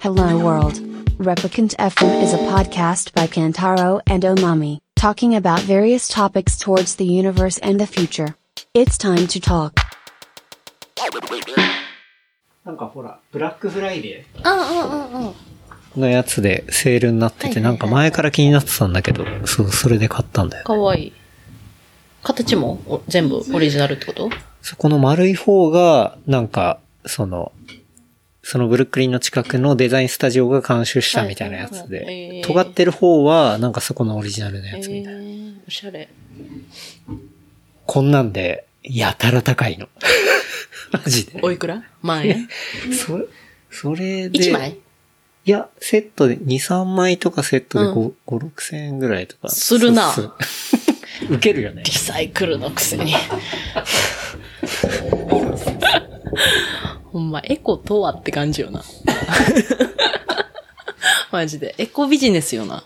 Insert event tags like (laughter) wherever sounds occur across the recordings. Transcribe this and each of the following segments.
Hello World. Replicant FM is a podcast by Kantaro and Omami, talking about various topics towards the universe and the future. It's time to talk. なんかほら、ブラックフライデうんうんうんうん。ーのやつでセールになってはいて、はいはないんか前から気になってたんだけど、そう、それで買ったんだよ。かわいい。形もお全部オリジナルってことそこの丸い方が、なんか、その、そのブルックリンの近くのデザインスタジオが監修したみたいなやつはいはいはいでえ、ー尖ってる方は、なんかそこのオリジナルのえやつみたいな。ー、おしゃれ。こんなんで、やたら高いの。 (laughs) マジで。おいくら万円それ、それで。 (laughs) 一枚いや、セットで、2、3枚とかセットで 5,、5 6千円ぐらいとか。するなそうそうウケるよねリ。サイクルのくせ (laughs) に。ほんま、エコとはって感じよな。 (laughs) マジで。エコビジネスよな。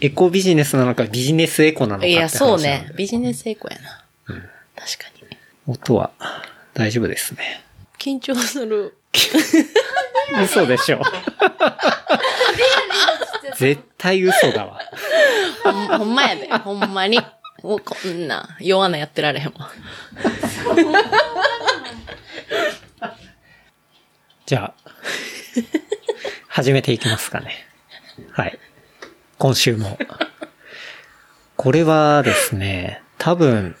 エコビジネスなのかビジネスエコなのかっいて話や、そうね。なんでビジネスエコやな。確かに。音は大丈夫ですね。緊張する。嘘でし (laughs) ょ。絶対嘘だわ。ほん (laughs) ほんまやで。ほんまに。もうこんな、弱なやってられへんわ。じゃあ、始めていきますかね。はい。今週も。これはですね、多分、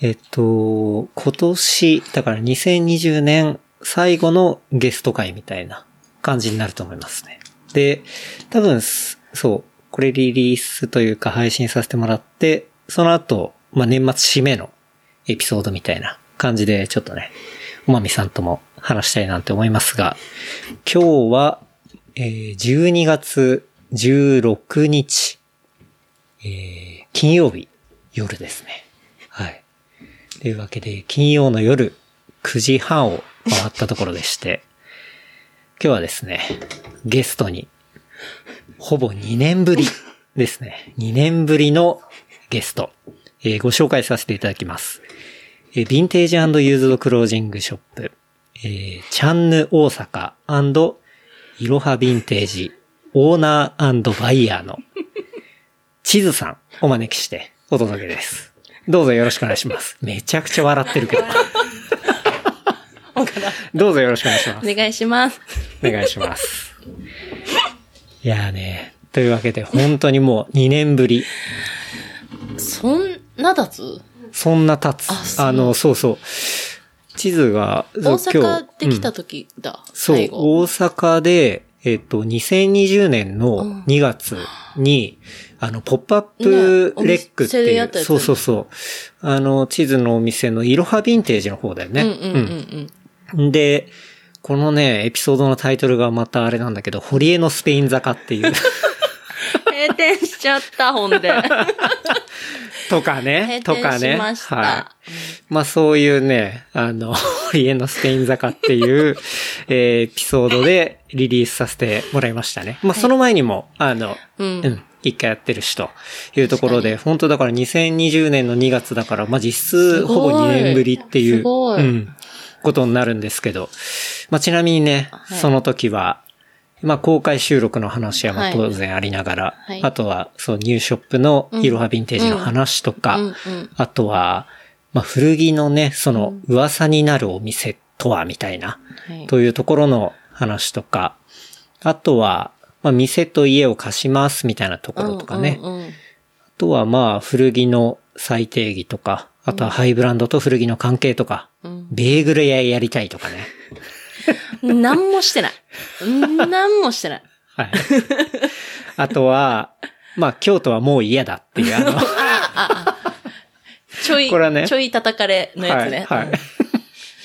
えっと、今年、だから2020年最後のゲスト会みたいな感じになると思いますね。で、多分、すそう、これリリースというか配信させてもらって、その後、まあ、年末締めのエピソードみたいな感じで、ちょっとね、おまみさんとも話したいなんて思いますが、今日は、えー12月16日、えー金曜日夜ですね。はい。というわけで、金曜の夜9時半を回ったところでして、今日はですね、ゲストに、ほぼ2年ぶりですね。2年ぶりのゲスト、えーご紹介させていただきます。えーヴィンテージユーズドクロージングショップ、えーチャンヌ大阪いろはヴィンテージオーナーバイヤーの地図さんお招きしてお届けです。どうぞよろしくお願いします。めちゃくちゃ笑ってるけど。どうぞよろしくお願いしますお。願いします。お願いします。いやーね、というわけで本当にもう2年ぶり、そんなだつそんな経つ。あそうあの、そうそう。地図が、大そう今阪日で来うたん時だ。そう、最後。大阪で、えっと、2020年の2月に、あの、ポップアップレックってねお店でいやう、ったやつそうそうそう。あの、地図のお店のいろはヴィンテージの方だよね。うんうんうんうん。で、このね、エピソードのタイトルがまたあれなんだけど、堀江のスペイン坂っていう、閉店しちゃった、ほんで。 (laughs) とかね、と閉か店ね。しました。い。まあそういうね、あの、 (laughs) 堀江のスペイン坂って (laughs) いう、えーエピソードでリリースさせてもらいましたね。まあその前にも、あの、うんうん、一回やってるしというところで、本当だから2020年の2月だから、まあ実質すごいほぼ2年ぶりっていう、すごいうん、ことになるんですけど、まあちなみにね、はいその時は、まあ公開収録の話はまあはい当然ありながら、はいあとはそうニューショップのいろはヴィンテージの話とか、うんうん。あとは、まあ古着のね、その噂になるお店とはみたいな、はいというところの話とか、あとは、まあ、店と家を貸しますみたいなところとかね。うんうんうんあとはまあ、古着の再定義とか、あとはハイブランドと古着の関係とか、んベーグル屋やりたいとかね。何もしてない。何もしてない。 (laughs) はい。あとは、まあ、京都はもう嫌だっていう、あ (laughs) の、ちょい、これはねちょい叩かれのやつね。はい。はい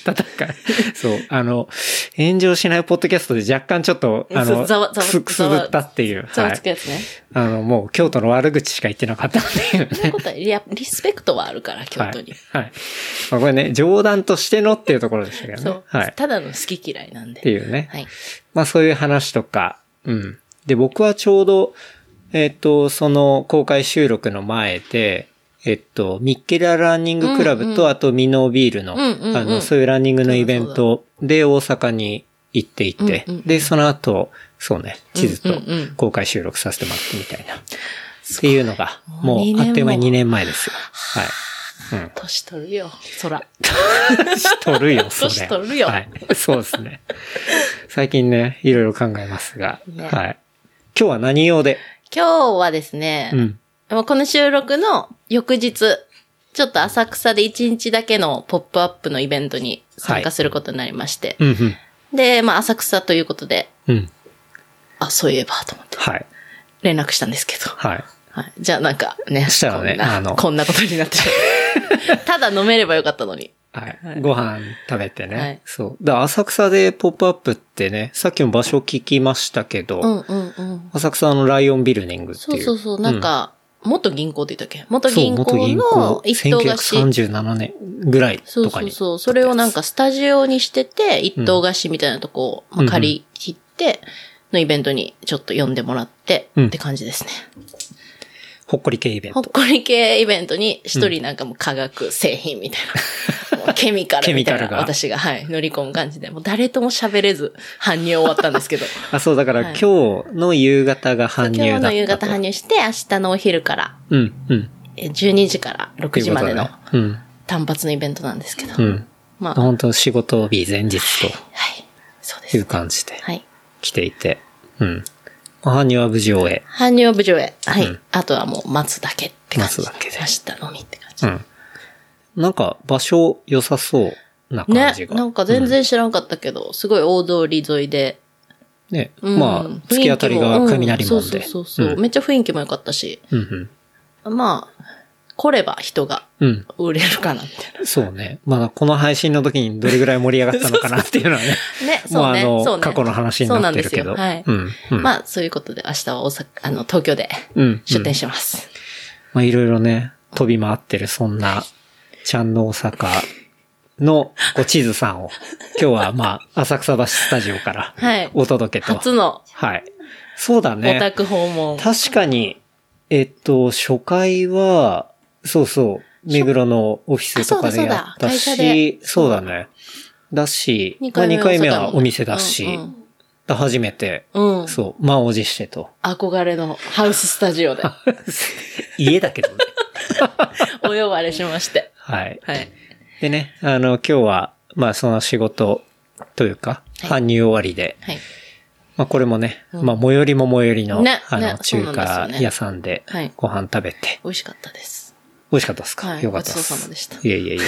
叩かれそう。あの、炎上しないポッドキャストで若干ちょっと、あの、ざわざわくすくすぶったっていう。ざはわつくい。やつね。あの、もう京都の悪口しか言ってなかったっていうね。ということは、いや、リスペクトはあるから、京都に。はい。はいまあ、これね、冗談としてのっていうところでしたけどそねう。。はい。っただの好き嫌いなんで。ていうね。はい。まあそういう話とか、うん。で、僕はちょうど、えっ、と、その公開収録の前で、えっと、ミッケラランニングクラブと、あとミノービールの、うんうんうんあの、そういうランニングのイベントで大阪に行っていて、うんうんうんで、その後、そうね、地図うんとうんうん公開収録させてもらってみたいな。っていうのが、ごも、いうもうあっという間に2年前ですよ。はい。うん。年取るよ、そら。年取る (laughs) よ、それ。年取るよはい。そうですね。最近ね、いろいろ考えますが、ねはい。今日は何用で今日はですね、うん。まあこの収録の翌日、ちょっと浅草で1日だけのポップアップのイベントに参加することになりまして。うん、うん。で、まあ浅草ということで、うん。あ、そういえばと思ってはい。連絡したんですけど。はい。はい、じゃあなんかね、したらねこんなあのこんなことに (laughs) なってしまった。ただ飲めればよかったのに。はい。ご飯食べてね。はいそう。だから浅草でポップアップってね、さっきも場所聞きましたけど、うんうんうん。浅草のライオンビルディングってそいうう。そうそう、なんか、元銀行って言ったっけ元うん、そう、銀行元銀の行、一棟貸し。 1937年ぐらいそとうかそに。うそう。それをなんかスタジオにしてて、一棟貸しみたいなとこを、まうあ、んうん借り切って、のイベントにちょっと呼んでもらって、うんって感じですね。ほっこり系イベンほっト。こり系イベントに一人なんかもう化学製品みたいな、 (laughs) もうケミカルみたケミカいルなが私が、はい、乗り込む感じで、もう誰とも喋れず、搬入終わったんですけ (laughs) ど。あ、そう、だからはい今日の夕方が搬入だ今ったと。日の夕方搬入して、明日のお昼から、うん、うん。え12時から6時までのということね。単発のイベントなんですけど。うん、うん。まあ、はい、本当仕事日前日そうでというす。感じではい。来ていて、うん。まあ、搬入は無事終え。搬入部上へ。はい、うんあとはもう待つだけって感じ。待つだけで明日のみって感じ。うん。なんか場所良さそうな感ねじ、が。なんか全然知らんかったけど、すごい大通り沿いで、ね、うんまあ、突き当たりが雷門で。うんそうそうそうそう、うんめっちゃ雰囲気も良かったし、うんまあ、来れば人がうん。売れるかなみたいうん。そうね。まあ、この配信の時にどれぐらい盛り上がったのかなっていうのは (laughs) ね。な。ね、もうそうあね。そうの、ね。過去の話にそうななっんてでるすけよ。ど。はい。うん。うんまあ、そういうことで明日は大阪、あの、東京でうん出店します。まあ、いろいろね、飛び回ってる、そんな、ちゃんの大阪のご地図さんを、今日はまあ、 (laughs) 浅草橋スタジオからはい、お届けと。初のはい。そうだおね。宅訪問。確かに、えっと、初回は、そうそう、目黒のオフィスとかでやったあそうだそうだ会社でし、そうだね。だし、二まあ、目2回目は大阪お店だし、うんだ初めて、うん。うんそう、満を持してと。憧れのハウススタジオで家だ (laughs) けどね。お呼ばれしまして。はい。はい。でね、あの、今日は、まあ、その仕事というか、は搬入終わりで、はい。まあ、これもね、うんまあ、最寄りも最寄りの、ねあの、ねそう中なんですよね華屋さんではい、ご飯食べて、美味しかったです。美味しかったですか、はいよかったです。ごちそうさまでしたいやいやいや。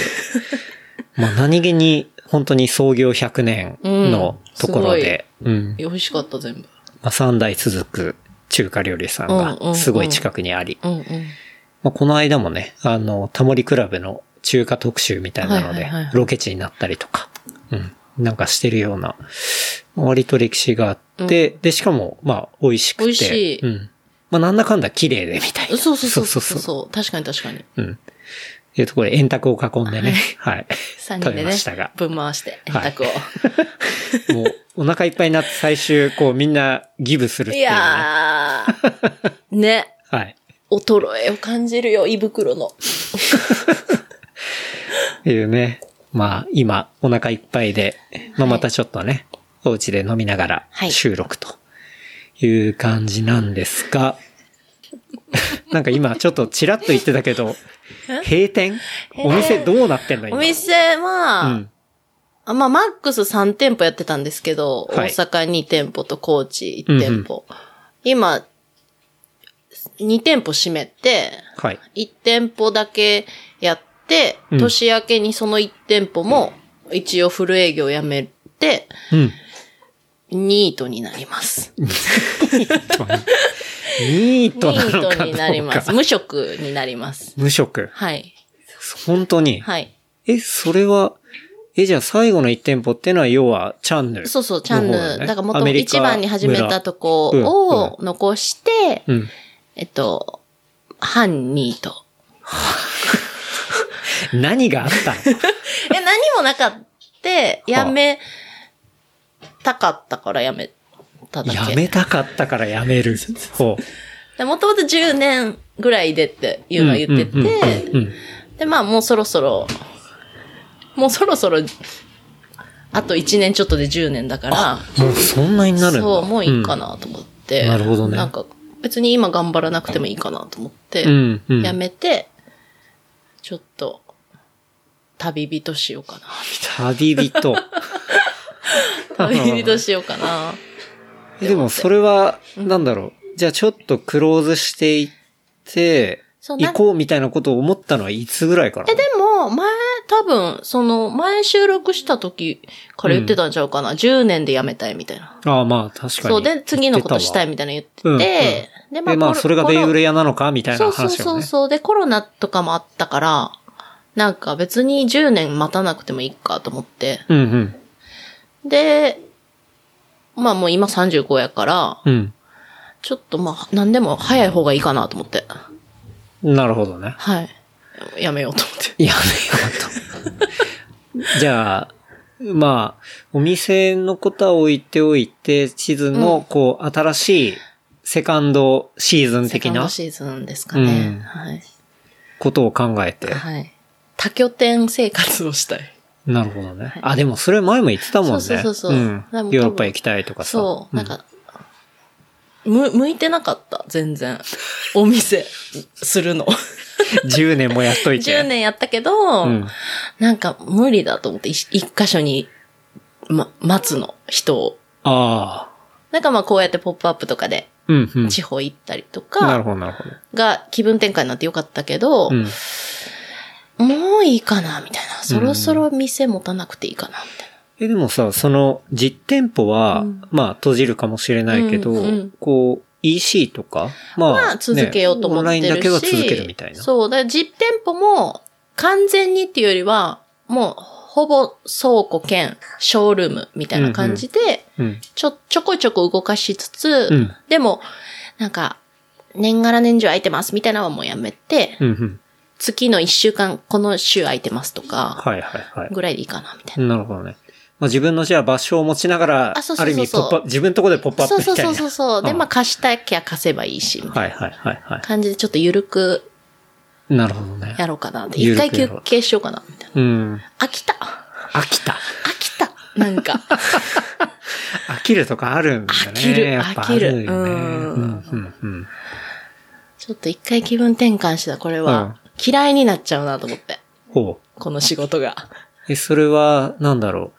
(laughs) まあ何気に、本当に創業100年のところで、うん。美味しかった全部。まあ、3代続く中華料理屋さんうんうんうがんすごい近くにあり、うんうん。まあ、この間もね、あの、タモリクラブの中華特集みたいなのはいではいはい、ロケ地になったりとか、うん。なんかしてるような、割と歴史があって、で、しかも、まあ、美味しくて。美味しいうん。まあ、なんだかんだ綺麗で、みたいな。そうそうそうそうそう確かに確かに。うん。っていうところで円卓を囲んでね、はい。 3人食でべまねしたが、、ぶん回して、円はい卓を。もうお腹いっぱいになって最終、こうみんなギブするっ (laughs) い、ていうね。はやー。 (laughs) ね。い。衰えを感じるよ、胃袋の。っていうね。まあ今お腹いっぱいで、まあはいまたちょっとね、お家で飲みながらはい収録という感じなんですが、 (laughs) なんか今ちょっとちらっと言ってたけ (laughs) ど、閉店お店どうなってんの今。お店は、うん。あまあ、マックス3店舗やってたんですけど、はい大阪2店舗と高知1店舗。今、2店舗閉めて、はい。 1店舗だけやって、うん年明けにその1店舗も一応フル営業やめて、うん。ニートになります。ニーニトなのかどうーかトになります。無職になります。無職。はい。本当に。はい。え、それは、え、じゃあ最後の1店舗っていうのは要はチャンヌル。そうそう、チャンのヌ方ル。だからもとアもメとリカ一番に始めたとこ村を残して、うん。えっと、半ニート。何があったのえ、何もなかった、やめたかったからやめただやけ。めたかったからやめ (laughs) る。ほもともと10年ぐらいでっていうのは言ってうんうんうんて、うんうんで、まあもうそろそろ、もうそろそろあと1年ちょっとで10年だから、もうそんなになるんだそう、もういいか。なと思って。うんなるほどねなんか、別に今頑張らなくてもいいかなと思って、うん、うん。やめて、ちょっと、旅人しようか (laughs) 旅人。な。旅人しようかな。 (laughs) でもそれは、なんだろう。じゃあちょっとクローズしていって、そうな行こうみたいなことを思ったのはいつぐらいからえ、でも、前、多分、その、前収録した時から言ってたんちゃうかな。10年で辞めたいみたいな。ああ、まあ確かに。そう、で、次のことしたいみたいなの言ってて、うんうんで、で、まあコロそれがベイウレアなのかみたいそなうそう話そをうね。そう。で、コロナとかもあったから、なんか別に10年待たなくてもいいかと思って。うんうん。で、まあもう今35やから、うん。ちょっとまあ何でも早い方がいいかなと思って。なるほどね。はい。やめようと思って。 (laughs) いや、ね、よか (laughs) った。じゃあ、まあ、お店のことは置いておいて、地図うんの、こう、新しい、セカンドシーズン的セカンなドシーズンですかね。うんはい。ことを考えて。はい。多拠点生活をしたい。なるほどね。あ、でもそれ前も言ってたもんね。そうそうそうそううんでも多分ヨーロッパ行きたいとかさ。そう。なんんか、む、向いてなかった、(laughs) 全然。お店、するの。 10年もやっといて。 10年やったけど、うん。なんか無理だと思って、一一箇所に、ま、待つの、人を。ああ。なんかまあこうやってポップアップとかでうんうん。地方行ったりとなるかほど、なるほど。が気分転換になってよかったけど、うん。もういいかな、みたいな。そろそろ店持たなくていいかな、みたいな。え、でもさ、その実店舗は、うんまあ閉じるかもしれないけど、うんうんこう、EC とか、まあ、まあ続けようと思ってるし。ねオンラインだけは続けるみたいな。そう。だから実店舗も完全にっていうよりは、もうほぼ倉庫兼ショールームみたいな感じで、うん。ちょ、ちょこちょこ動かしつつ、うんでも、なんか、年がら年中空いてますみたいなのはもうやめて、うんうん。月の一週間、この週空いてますとか、はいはいはい。ぐらいでいいかな、みたいな。なるほどね。まあ自分のじゃあ場所を持ちながら、あそうそあうそるう意そう味ポップアップ自分のとこでポップアップそうみたそいうな。そうそうそう。で、うんまあ貸したきゃ貸せばいいし、みたはいいはいはいはな感じでちょっと緩くい。なるほどね。やろうかなって。緩一くやろ回う休憩しようかな、みたいうん。な。飽きた飽きた。飽きたな (laughs) んか。飽きるとかあるんだね。飽きるやっぱあよね飽きるうんうんうんうん。ちょっと一回気分転換した、これは。嫌いになっちゃうなと思って。ほう。この仕事が。え、それは、なんだろう。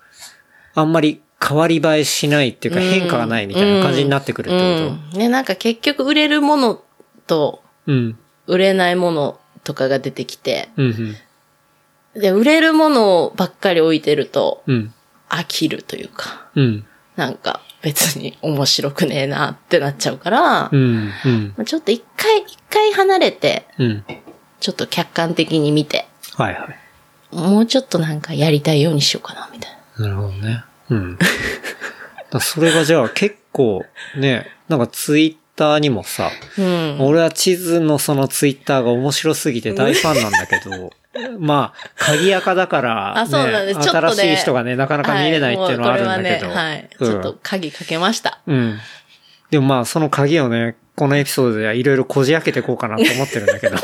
あんまり変わり映えしないっていうかうん変化がないみたいな感じになってくるってこうんね、なんか結局売れるものととうん。売れないものとかが出てきて、うん。うん。で、売れるものばっかり置いてるとうん。飽きるというか、うん。なんか別に面白くねえなってなっちゃうから、うん。うん。まあちょっと一回、一回離れて、うん。ちょっと客観的に見て、はいはい。もうちょっとなんかやりたいようにしようかな、みたいな。なるほどね。 (laughs) うん。だからそれがじゃあ結構ね、なんかツイッターにもさ、うん。俺は地図のそのツイッターが面白すぎて大ファンなんだけ (laughs) ど、まあ、鍵垢だから、あそうなんですちょっとね新しい人がね、なかなか見れないっていうのはあるんだけど。うはい、もうこれんはね、はい。ちょっと鍵かけました。うん。でもまあ、その鍵をね、このエピソードではいろいろこじ開けていこうかなと思ってるんだけ (laughs) ど。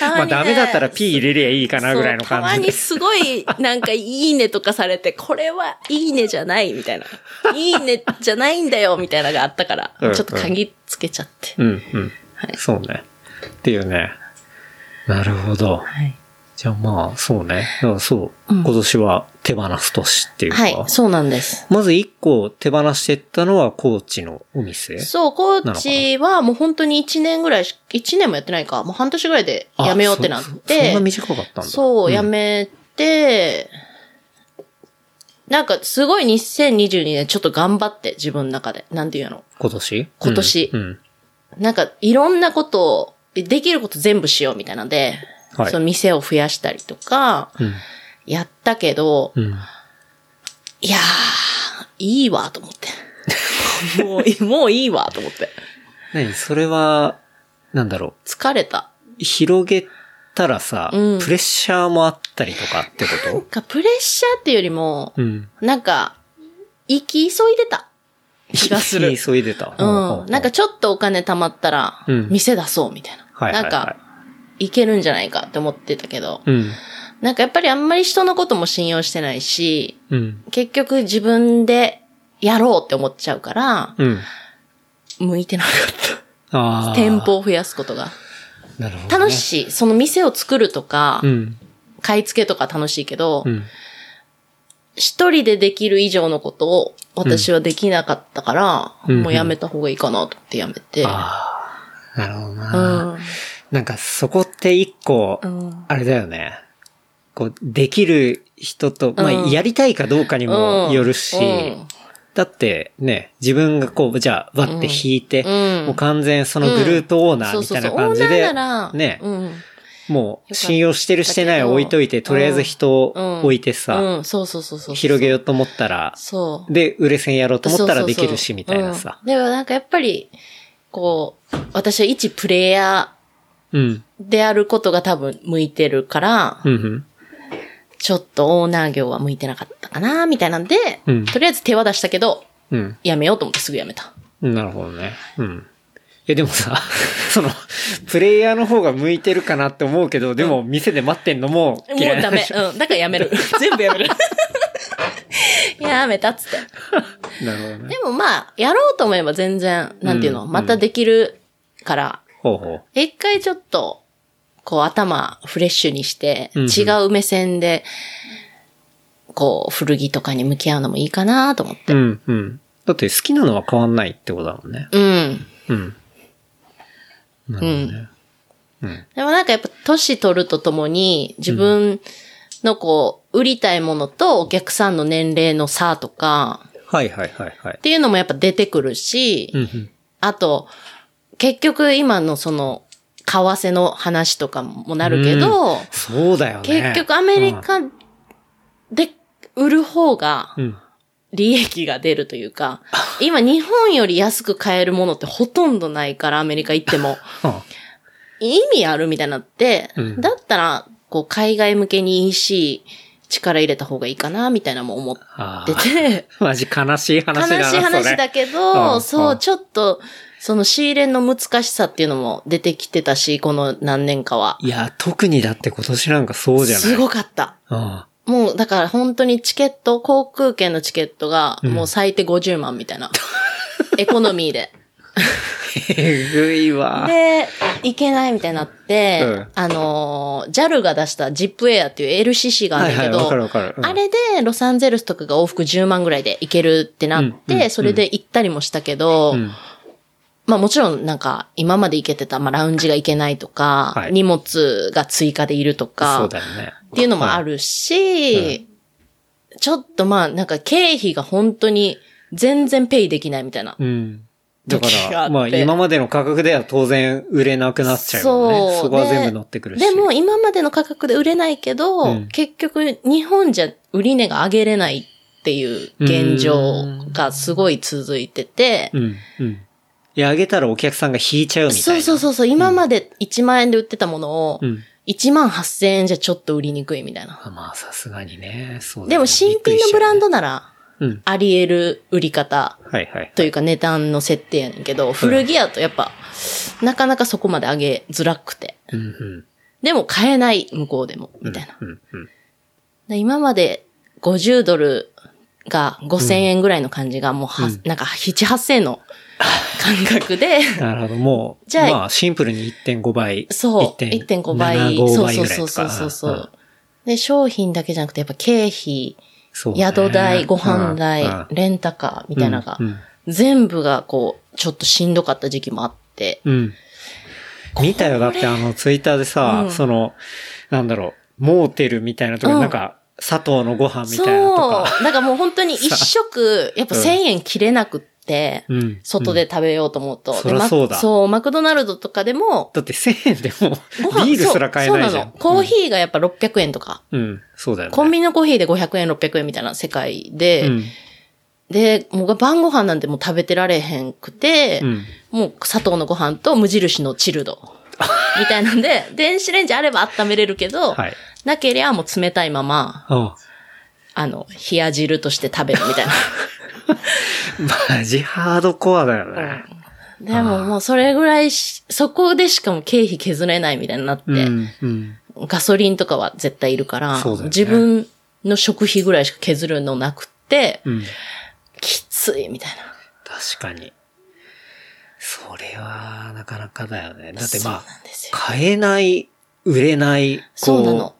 たままあ、にねダメだったら P 入れりゃいいかなぐらいのそうた感まじでに。すごい、なんか、いいねとかされて、これはいいねじゃない、みたいな。いいねじゃないんだよ、みたいなのがあったから、ちうょんっと鍵つけちゃって。うん、うん。はいそうね。っていうね。なるほど。はい。じゃあまあ、そうね。だからそう。うん今年は手放す年っていうか。はい、そうなんです。まず一個手放してったのは高知のお店。そう、コーチはもう本当に1年ぐらいし、1年もやってないか、もう半年ぐらいであやめようってなっそそて、んな短かったんだ。そう、やん。めて、なんかすごい2022年ちょっと頑張って、自分の中で。なんていうの今年今年うん。うんなんかいろんなことを、できること全部しようみたいなので、はいその店を増やしたりとか、うん。やったけど、うん。いやー、いいわと (laughs) 思って。もういい、もういいわと思って。何それは、なんだろう。疲れた。広げたらさ、うんプレッシャーもあったりとかってなんこかプレッシャーっていうよりも (laughs) と、うん。なんか、生き急いでた。気がする (laughs) 急いでた。うん。なんか、ちょっとお金貯まったらうん、店出そうみたいな。はいはいはいなんか、いけるんじゃないかって思ってたけど、うん。なんかやっぱりあんまり人のことも信用してないし、うん。結局自分でやろうって思っちゃうから、うん。向いてなかっあた。あ。店舗を増やすことが。なるほど、ね。楽しい。その店を作るとか、うん。買い付けとか楽しいけどう、ん。一、人でできる以上のことを私はできなかったから、うんもうやめた方がいいかなと思ってやめて。ああ。なるほどうな。ん。なんかそこって一個、うんあれだよね。こう、できる人と、まあ、うんやりたいかどうかにもよるし、うんだってね、自分がこう、じゃあ、わって引いて、うんもう完全そのグループオーナーみたいな感じそうそうそうでオー、ナーなら、ねうん。もう信用してるしてないは置いといて、とりあえず人を置いてさ、うん、そうそうそうそう。広げようと思ったら、そう。で、売れ線やろうと思ったらできるし、そうそうそうみたいなさ。うんでもなんかやっぱり、こう、私は一プレイヤうん。ーであることが多分向いてるから、うんうん。ちょっとオーナー業は向いてなかったかな、みたいなんで、うんとりあえず手は出したけど、うん。やめようと思ってすぐやめた。なるほどね。うん。いやでもさ、その、プレイヤーの方が向いてるかなって思うけど、でも店で待ってんのももう嫌いなダんでメ (laughs) し。ょうん。だからやめる。全部やめる。やめたっつって。なるほどね。でもまあ、やろうと思えば全然、なんていうの、うんまたできるから、ほうほう。一回ちょっと、こう頭フレッシュにして、うんうん違う目線で、こう古着とかに向き合うのもいいかなと思って。うんうん。だって好きなのは変わんないってことだもんね。うん。うん。なるほどね。うん。でもなんかやっぱ年取るとともに、自分のこう、売りたいものとお客さんの年齢の差とか、はいはいはいはいっ。ていうのもやっぱ出てくるし、うんうん。あと、結局今のその、為替の話とかもなるけど、そうだよね。結局アメリカで売る方がうん。うん。利益が出るという (laughs) か、今日本より安く買えるものってほとんどないからアメリカ行ってもは意味あるみたいになって、うんだったらこう海外向けにいいし、力入れた方がいいかなみたいなのも思っあてて、あ。マジ悲しい話悲だな、しい話だけうど、んそうう、んちょっと、その仕入れの難しさっていうのも出てきてたし、この何年かは。いや、特にだって今年なんかそうじゃない。すごかった。うん。もう、だから本当にチケット、航空券のチケットが、うんもう最低50万みた (laughs) いな。エコノミーで。えぐいわ。で、行けないみたいになって、うんあのー、JAL が出したジップエアっていう LCC があはるいんだはけい、ど、わかるわかる。うんあれでロサンゼルスとかが往復10万ぐらいで行けるってなって、うんうんそれで行ったりもしたけど、うん。まあもちろんなんか今まで行けてた、まあラウンジが行けないとか、はい荷物が追加でいるとか、そうだよね。っていうのもあるし、ちょっとまあなんか経費が本当に全然ペイできないみたいな。うん。だか時がら、あってまあ今までの価格では当然売れなくなっちゃうよね。そうそこは全部乗ってくるし。でも、今までの価格で売れないけど、うん結局日本じゃ売り値が上げれないっていう現状がすごい続いてて、うん、うん。いや、あげたらお客さんが引いちゃうみたいそうな。そうう。そうそう、今まで1万円で売ってたものをうん。 1万8000円じゃちょっと売りにくいみたいな。あまあさすがにね、そうだねでも新品のブラン。ドならびっくりしちゃうねあり得る売り方うん。はいはい。というか値段の設定やねんけど、古着やとやっぱ、なかなかそこまで上げづらくて。うんうん。でも買えない、向こうでも、みたいな。うんうん。で今まで50ドルが5000円ぐらいの感じがもうは、うんなんか7、8000円の感覚 (laughs) で、なるほど。もう、じゃあまあ、シンプルに1.5倍。そう、 1.5 1.5倍倍。ぐらいとそうか。そうそうそうそうそんう。で、商品だけじゃなくてやっぱ経費、そうね宿代、ご飯うん代うん、レンタカーみたいなのがう、ん全部がこう、ちょっとしんどかった時期もあって、うん。うん見たよ。だってあの、ツイッターでさう、んその、なんだろう、モーテルみたいなとこうろ、んなんか、佐藤のご飯みたいなとそうか。。だからもう本 (laughs) 当に一食、やっぱうん1000円切れなくって、うん外。うんで食べようと思うと。うんでそりゃマそうだそう、マクドナルドとかでも、だって1000円でもご飯、ビールすら買えないじゃん。そうそうなの。コーヒーがやっぱ600円とか、うんうん、そうだよね。コンビニのコーヒーで500円、600円みたいな世界で、うんで、もう晩ご飯なんてもう食べてられへんくて、うん。もう砂糖のご飯と無印のチルド。 (laughs) みたいなんで、電子レンジあれば温めれるけど、はい。なけりゃもう冷たいまま、うん。あの、冷や汁として食べるみたいな。マジハードコアだよね。でももうそれぐらいし、そこでしかも経費削れないみたいになって、うん。うん。ガソリンとかは絶対いるから、そうだよね自分の食費ぐらいしか削るのなくって、うん。きついみたいな。確かに。それは、なかなかだよね。だってそうまあ、なんですよ買えない、売れない、そうなこの。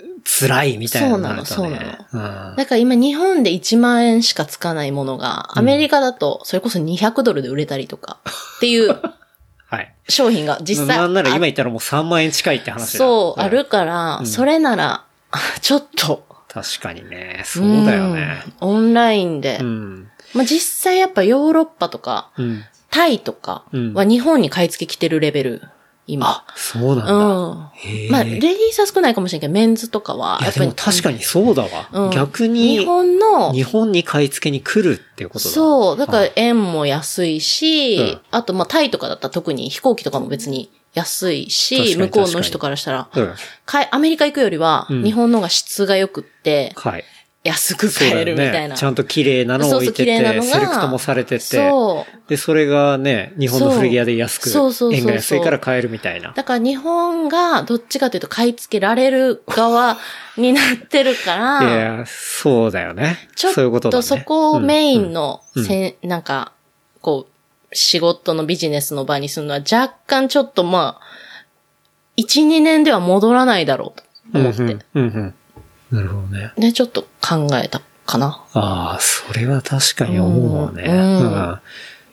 う、辛いみたいなるとそうなのね。うんだから今日本で1万円しかつかないものが、アメリカだとそれこそ200ドルで売れたりとかっ (laughs) ていうはい。商品が実際なあんなら今言ったらもう3万円近いって話だそう、あ。んるから、うんそれなら、ちょっと、確かにね。そうだよね。うん。オンラインで。うん。まあ、実際やっぱヨーロッパとか、うん。タイとかうんは日本に買い付け来てるレベル、今。そうなんうだ。ん。へえまあ、レディースは少ないかもしれんけど、メンズとかは。いや、でも確かにそうだうんわ。逆に、日本の、日本に買い付けに来るっていうことだ。そう、だからあ、円も安いし、うんあと、まあ、タイとかだったら特に飛行機とかも別に安い確し、かに向こうの人からしたら、うん。かいアメリカ行くよりは、うん日本の方が質が良くって、はい。安くそう買だえよるみたいねな。。ちゃんと綺麗なのを置いてそうそう綺麗なのて、がセレクトもされてて、そう。で、それがね、日本の古着屋で安くそうそうそうそう、そう円が安いから買えるみたいな。だから日本がどっちかというと買い付けられる側になってるか (laughs) いら、や、そうだよね。ちょそういうこっととだそね。こをメインのうんうんせん、なんか、こう、仕事のビジネスの場にするのは若干ちょっとまあ、1、2年では戻らないだろうとうんう思って、ん。うんうん。なるほどね。で、ちょっと考えたかな。ああ、それは確かに思うわね。うんうんうん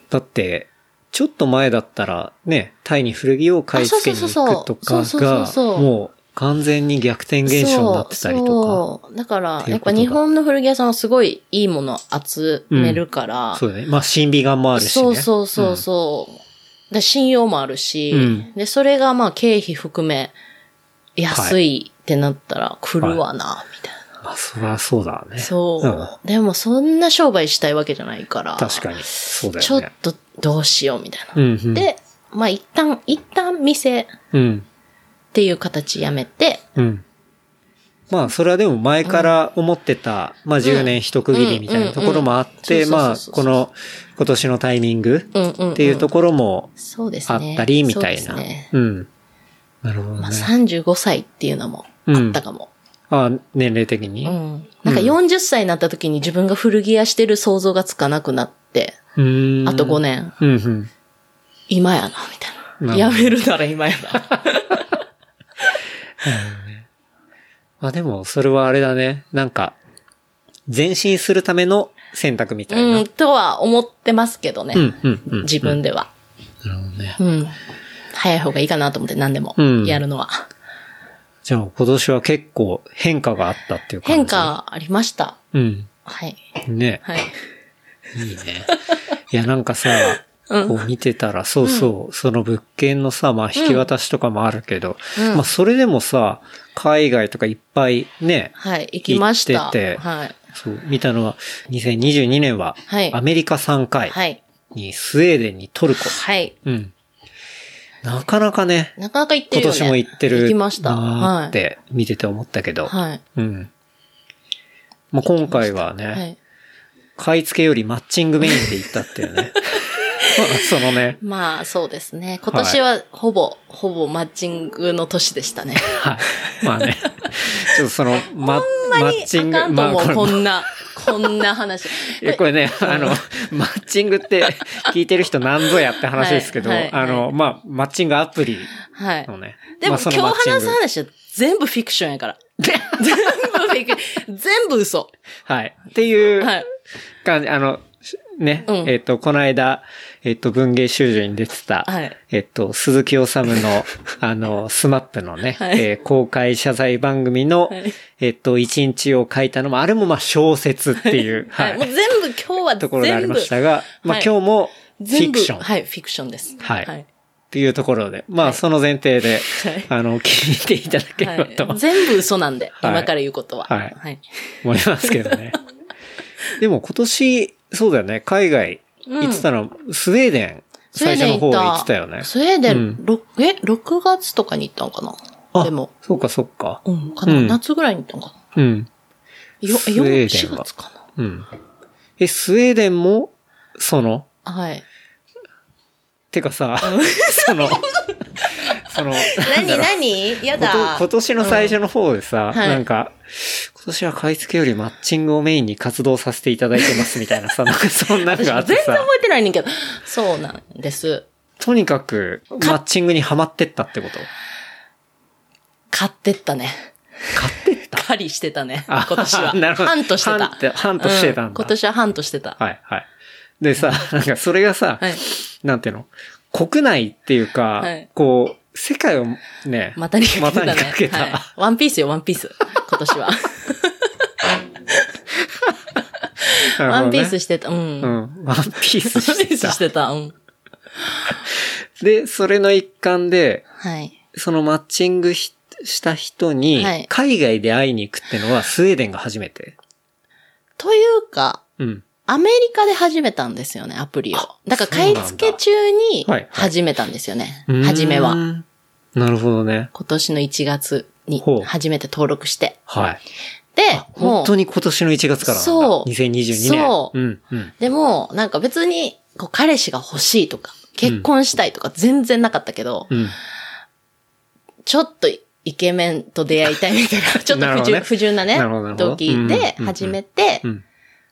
だって、ちょっと前だったら、ね、タイに古着を買い付けに行くとあかそうそうそうそうそうそうがそうそう、そうもう完全に逆転現象になってたりとそうそう。だからっ、ていやうっこぱとだ日本の古着屋さんはすごいいいものを集めるから、か。そうだね。まあ、審美眼もあるしね。そうそうそうそう。で信用もあるし、うんで、それがまあ経費含め、安いってなったら来るわな、みたいうん。まあ、そりゃそうだね。な。そう、うでもそんな商売したいわけじゃないから。確かに。そうだちょよっね。とどうしようみたいな。うんうん。で、まあ一旦、一旦店っうん。ていう形やめて、うん。まあ、それはでも前から思ってた、まあ10年一区切りみたいなところもあっうんうんて、うんうんまあ、そうそうそうそうこの今年のタイミングうんうん、っていうところもそうですあね。ったり、みたいそうな。ですね。うん。なるほどねまあ。35歳っていうのもあったかも。あ年齢的に。う。うんなんか40歳になった時に自分が古着屋してる想像がつかなくなって、ーん。あと5。年、うんうん。今やな、みたいな。なやるほどめるなら今やな。まあでも、それはあれだね。なんか、前進するための選択みたいな。うん、とは思ってますけどね。うん、うん、うん。自分では。なるほどね。うん。早い方がいいかなと思って何でもうんやるのは。じゃあ今年は結構変化があったっていう感じ変。化ありました。うん。はい。ね。はい。いいね。いや、なんかさ、うんこう見てたら、そうそう、その物件のさ、まあ引き渡しとかもあるけど、うんまあそれでもさ、海外とかいっぱいね、はい。行きました。行っててはい。そう、見たのは、2022年ははい、アメリカ3回はい。に、スウェーデンにトルコ。はい。うん。なかなかね、なかなか行って今るよね。年も行って行るきました。なーはっい。て見てて思ったけど、はい。うん。まあ今回はね、はい。買い付けよりマッチングメインで行ったっていう (laughs) ね。 (laughs) そのね。まあ、そうですね。今年はほぼ、ほぼマッチングの年でしたね。はい。まあ (laughs) ね。ちょっとその、ま、マッチあンかグ、んとまあ思う、ここれんな、こんな話。いやこれね、あの、マッチングって聞いてる人なんぞやって話ですけど、はいはいあの、まあ、マッチングアプリはい。のね。でまも、あその今日マッチング話す話は全部フィクションやから。全部フィク全部嘘。はい。っていうはい。感じ、あの、しね、うんえっ、と、この間、えっ、と、文芸修女に出てた、はいえっ、と、鈴木治の、あの、スマップのね、はいえー公開謝罪番組の、はいえっ、と、一日を書いたのも、あれもまあ小説っていう、はい。もう全部、今日はところがあり全ま部、したが、まあ、はい今日もフィ全部クションっはい、フィクションです。はいはい。ていうところで、まあその前提で、はいあの、聞いていただけはればいと全部嘘なんで、はい今から言うことは。はいはい。思いますけど (laughs) ね。でも今年、そうだよね、海外行ってたの、スウェーデン、スウェ最ーデ初ンの方行った。行ってたよね。スウェーデうン、ろくえ、6月とかに行ったのかなあでも、そうかそうか。うん、かな、うん夏ぐらいに行ったのかなうん。よ、スウよ、ェーデン4は月かうなん。え、スウェーデンも、その、はい。 (laughs) てかさ、その、その、なんだろ (laughs) 何う何やことだ。今年の最初の方でさ、んはいなんか、今年は買い付けよりマッチングをメインに活動させていただいてますみたいな (laughs) さ、なんかそんなの私があ全って然さ覚、えてないねんけど。そうなんです。とにかくマッチングにはまってったってこと買ってったね。買ってった狩りしてたね。あ今年は。 (laughs) なるほどハントしてた。ハンってハントしてたんだう今年はハントしてた。はい、はい。でさ、なんかそれがさ、はい。なんていうの国内っていうか、はいこう、世界をね、またにかけたね。股にかけたはい。ワンピースよ、ワンピース。今年 (laughs) なは。ワるほどねンピースしてた。うん。うワンん。ワンピーピスーしてスたし。てた。うん。で、それの一環で、はい。そのマッチングひした人にはい、海外で会いに行くってのはスウェーデンが初めて。というか、うん。アメリカで始めたんですよね、アプリを。だから買い付け中にそうなんだはいはい始めたんですよね。初めうは。ーん。なるほどね。今年の1月にほう初めて登録して。はい。で、本もう当、に今年の1月からなんだ。そう2022年。そううん。うん。でも、なんか別に、こう、彼氏が欲しいとか、結婚したいとか全然なかったけど、うん。ちょっとイケメンと出会いたいみた (laughs) いな、ちょっとなる不ほど純ね不純なねなるほどな、るほど時で始めてう、ん。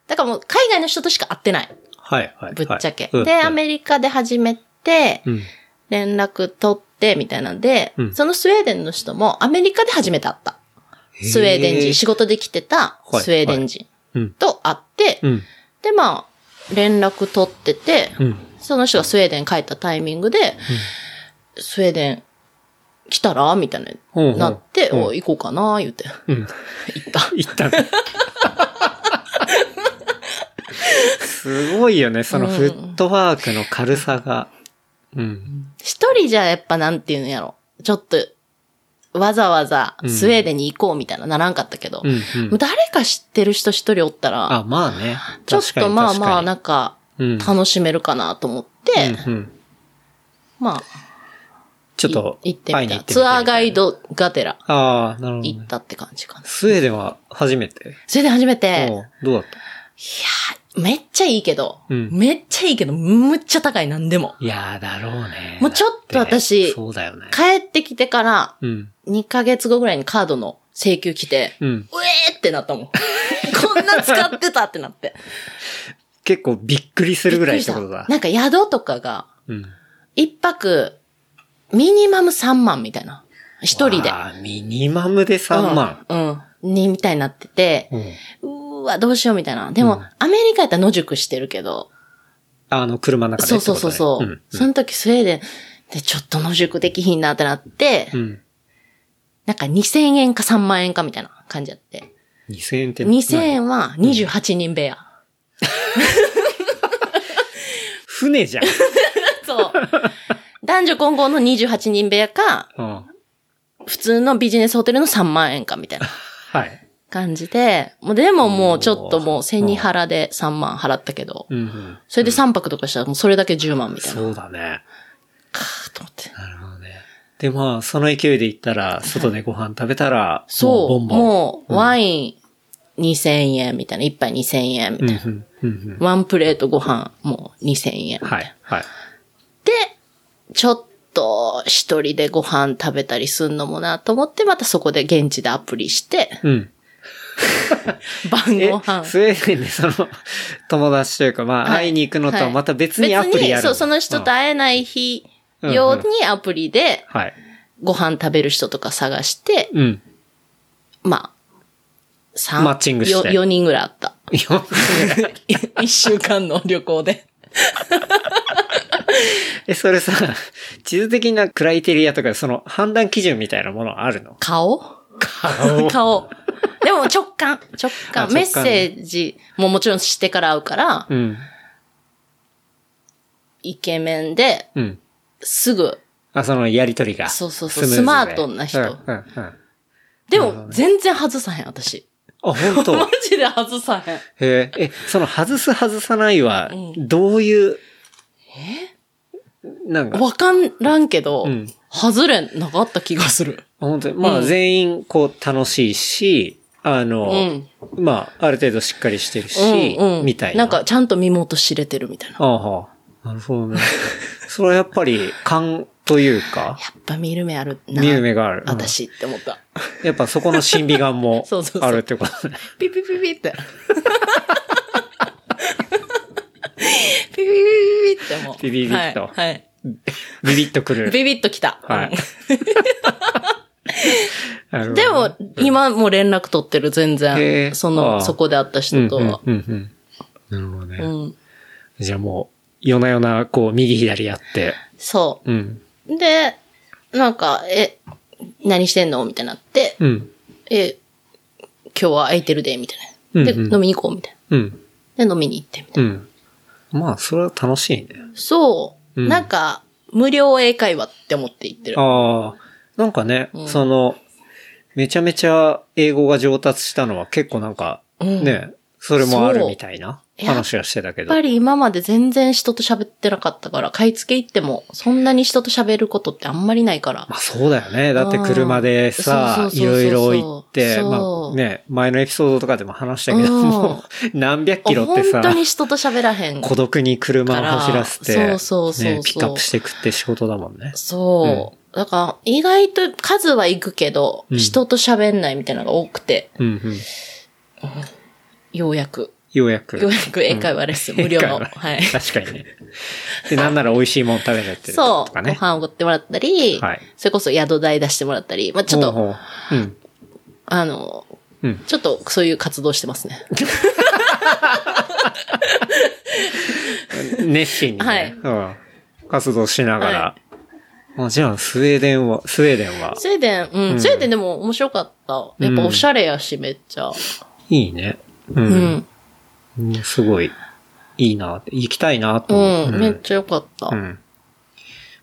だからもう海外の人としか会ってない。はい、はい。ぶっちゃけ。はいで、アメリカで始めて、うん。連絡取って、みたいなんで、うんそのスウェーデンの人もアメリカで初めて会った。スウェーデン人、仕事で来てたはいスウェーデン人うん。と会って、うん。で、まあ、連絡取ってて、うん。その人がスウェーデン帰ったタイミングで、スウェーデン来たらみたいな、ほうほうなって、うんお行こうかな言って、うん。 (laughs) 行った。行った (laughs) ねすごいよね、そのフットワークの軽さが。うん。一人じゃやっぱなんていうんやろ。ちょっと、わざわざスウェーデンに行こうみたいなならんかったけど、うん、うん。誰か知ってる人一人おったら、あ、まあね。ちょっとまあまあ、なんかんか、に、うん楽しめるかなと思って、うんうんまあ、ちょっと、い行って会いみに行たってみたいツアーガイ。ドがてらああ、なるほど行っね。たって感じかな。スウェーデンは初めて。それで初めおて、うどうだっめっちゃいいけど、うんめっちゃいいけど、むっちゃ高いなんでも。たいやー、だろうね。もうちょっとだて私そうだよね。帰ってきてから、うん。 2ヶ月後ぐらいにカードの請求来て、ううん。えーってなっ (laughs) たもん。こんな使ってたってなって。結構びっくりするぐらいってことびっくりだした。なんか宿とかが、うん。一泊、ミニマム3万みたいな。一人で。わあ。ミニマムで3万。うん。うん。に、みたいになってて、うん。うーわ、どうしようみたいな。でも、アメリカやったら野宿してるけど、あの、車の中でそっうてことそうね。そうそう、んその時スウェーデンでちょっと野宿できひんなってなって、うん。うん。なんか2000円か3万円かみたいな感じやって。 2000円って。 2000。円は28人部屋。船 (laughs) じゃん。そう。男女混合の28人部屋か、うん。普通のビジネスホテルの3万円かみたいなはい。感じで、もうでももうちょっともう千に払で3万払ったけど、うんうん。それで3泊とかしたらもうそれだけ10万みたいな。そうだね。かーと思って。なるほどね。で、まあ、その勢いで行ったら、外でご飯食べたら、そもう、ボンボン。もうワイン2000円みたいな、1杯2000円みたういんな。うん、うん、うん。ワンプレートご飯もう2000円。はい、はい。で、ちょっと一人でご飯食べたりすんのもなと思って、またそこで現地でアプ (laughs) リして、うん。晩え、ご飯。スウェーデンで (laughs) その、友達というか、まあ、はい会いに行くのとははいまた別にアプリやる。別にそう、その人とうん会えない日用にアプリではい。ご飯食べる人とか探して、うん。まあ、三マッチングして4人ぐらいあった。 (laughs) いや1週間の旅行で。え、それさ、地図的なクライテリアとか、その判断基準みたいなものあるの顔顔 (laughs) 顔。でも直感、あ直直感。感メッセージももちろんしてから会うから、うん。イケメンでうん。すぐあ、そのやりとりが。そうそうそうムズでスマートな人うん、うん、うん。あ、でも、全然外さへん、私。本当 (laughs) マジで外さへん。へえ、え、その外す外さないはう、どういう、えなんか、わからんけど、うん外れなかった気がする。本当に、まあうん全員こう楽しいし、あうの、ん。まあある程度しっかりしてるしうん、うん、みたいな。んか、ちゃんと身元知れてるみたいな。 (laughs) ああ、なるほどね。それはやっぱり、感、というか、やっぱ見る目あるな。見る目がある。うん私って思った。やっぱそこの審美眼も (laughs) そうそうそうあるってこと (laughs) ね。ピピピピって。ピピピピピってもう。ピピピッとはい。はいビビッとくる。ビビッときた。はいなるうほどんでも、今もう連絡取ってる、全へえ然。そああの、そこで会った人とは。うんうんうんうん。なるうほどね。ん。じゃあもう、夜な夜な、こう、右左やって。そうん。う。で、なんか、え、何してんのみたいになって、うん。え、今日は空いてるで、みたいな。で、うんうん飲みに行こう、みたいうん。な。で、飲みに行って、みたいな。うん。まあ、それは楽しいね。そうう。んなんか、無料英会話って思って言ってる。ああ。なんかね、うんその、めちゃめちゃ英語が上達したのは結構なんか、うんね、それもあるそうみたいないや話はしてたけやっど。ぱり今まで全然人と喋ってなかったから、買い付け行っても、そんなに人と喋ることってあんまりないから。まあそうだよね。だって車でうさん、そういそうろそうそういろ行って、まそあうね、前のエピソードとかでも話したけど、うんもう何百キロって本さ、当に人と喋らへん。孤独に車を走らせかて、らそうそうそうそうね、ピックアップしてくって仕事だもんね。そう。だから、意外と数は行くけど、うん人と喋んないみたいなのが多くて、うんうん。ようやく。ようやく。ようやく英会話レッスン、無 (laughs) 料の。英会話はい。確かにね。で、なんなら美味しいもん食べれてるそとう。かごね。飯おごってもらったり、はいそれこそ宿代出してもらったり、まあちょっと、ほうほううん。あの、うんちょっとそういう活動してますね。熱心に、ねはいうん、活動しながら。あじゃあ、スウェーデンは、スウェーデンは、スウェーデン、うん、スウェーデンでも面白かった。やっぱおしゃれやし、めっちゃ。いいね。う。うんん。うんすごい、いいなって、行きたいなとう思う。ん、めっちゃよかった。うん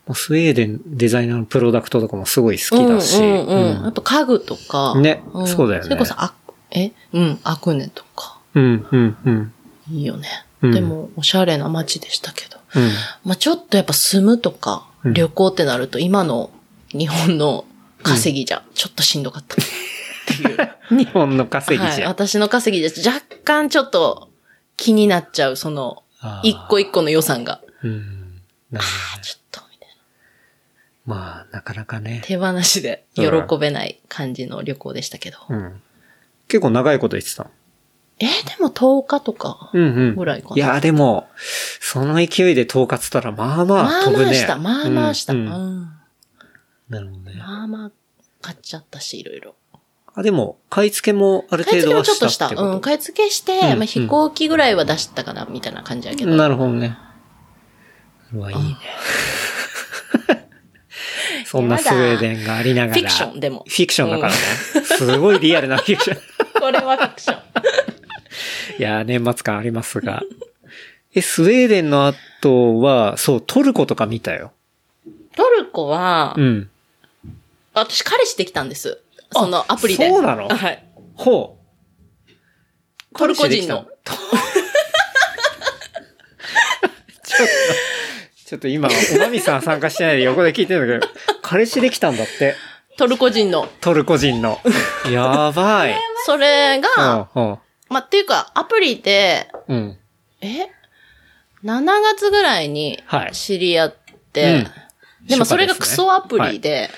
もうスウェーデンデザイナーのプロダクトとかもすごい好きだし。うんうんうん。うあんと家具とか。ねんそうだよねそれこそ、あ、えうん、アクネとか。うん、うん、うん。いいよね。うんでも、おしゃれな街でしたけど。うんまあちょっとやっぱ住むとか、うん旅行ってなると、今の日本の稼ぎじゃ、ちょっとしんどかった。日本の稼ぎはじい。ゃん。私の稼ぎじゃ、若干ちょっと気になっちゃう、その、あー一個一個の予算が。うん。なるほどねちょっと、みたいな。まあ、なかなかね。手放しで喜べない感じの旅行でしたけど。うん。結構長いこと言ってたのえーでも10日とか。うんうん。ぐらいかないや、でも、その勢いで統括したら、まあままああ飛ぶね。まあした、まあまあした。ううんん。うんなるほどね。まあまあ、買っちゃったし、いろいろ。あ、でも、買い付けもある買い程度付けもはちょっとししたた。ってうこん、買い付けして、うんまあ飛行機ぐらいは出したかな、みたいな感じやけと。ど。なるほどね。うわ、いいね。そんなスウェーデンがありながら。フィクショ (laughs) ンでもフィクションだからね。すごいリアルなフィクション。これはフィクション。いやー、年末感ありますが。え、スウェーデンの後は、そう、トルコとか見たよ。 (laughs) トルコは、うん。私彼氏できたんです。そのアプリで。そうなのはい。ほう。トルコ人の彼氏できた。 (laughs) ちょっと、ち (laughs) ょっと今、おまみさん参加してないで横で聞いてるんだけど、彼氏できたんだって。トルコ人の。トルコ人 (laughs) の。やばい。それが、うん、まあ、っていうか、アプリで、うん。うん。え ?7 月ぐらいにはい知り合って、うんでもそれが初夏でクすねソアプリで、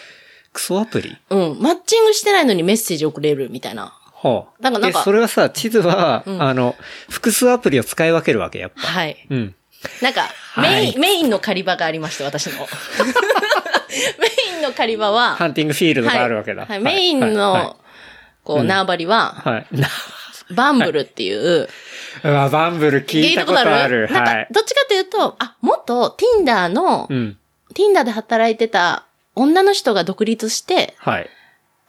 クソアプリうん、マッチングしてないのにメッセージ送れるみたいな。ほう。なんかなんかえそれはさ、地図は、うんあの、複数アプリを使い分けるわけ、やっぱ。はい。うん。なんか、いメイン、メインの狩り場がありまして、私 (laughs) の。メインの狩り場は、ハンティングフィールドがあるわけだ。はいはいメインの、はこう、縄張りは、 (laughs) い。はい。はいなバンブルっていう、うわ、バンブル聞いたことある。なんか、はい。どっちかというと、あ、元 Tinder の、うん。 Tinder で働いてた女の人が独立してはい。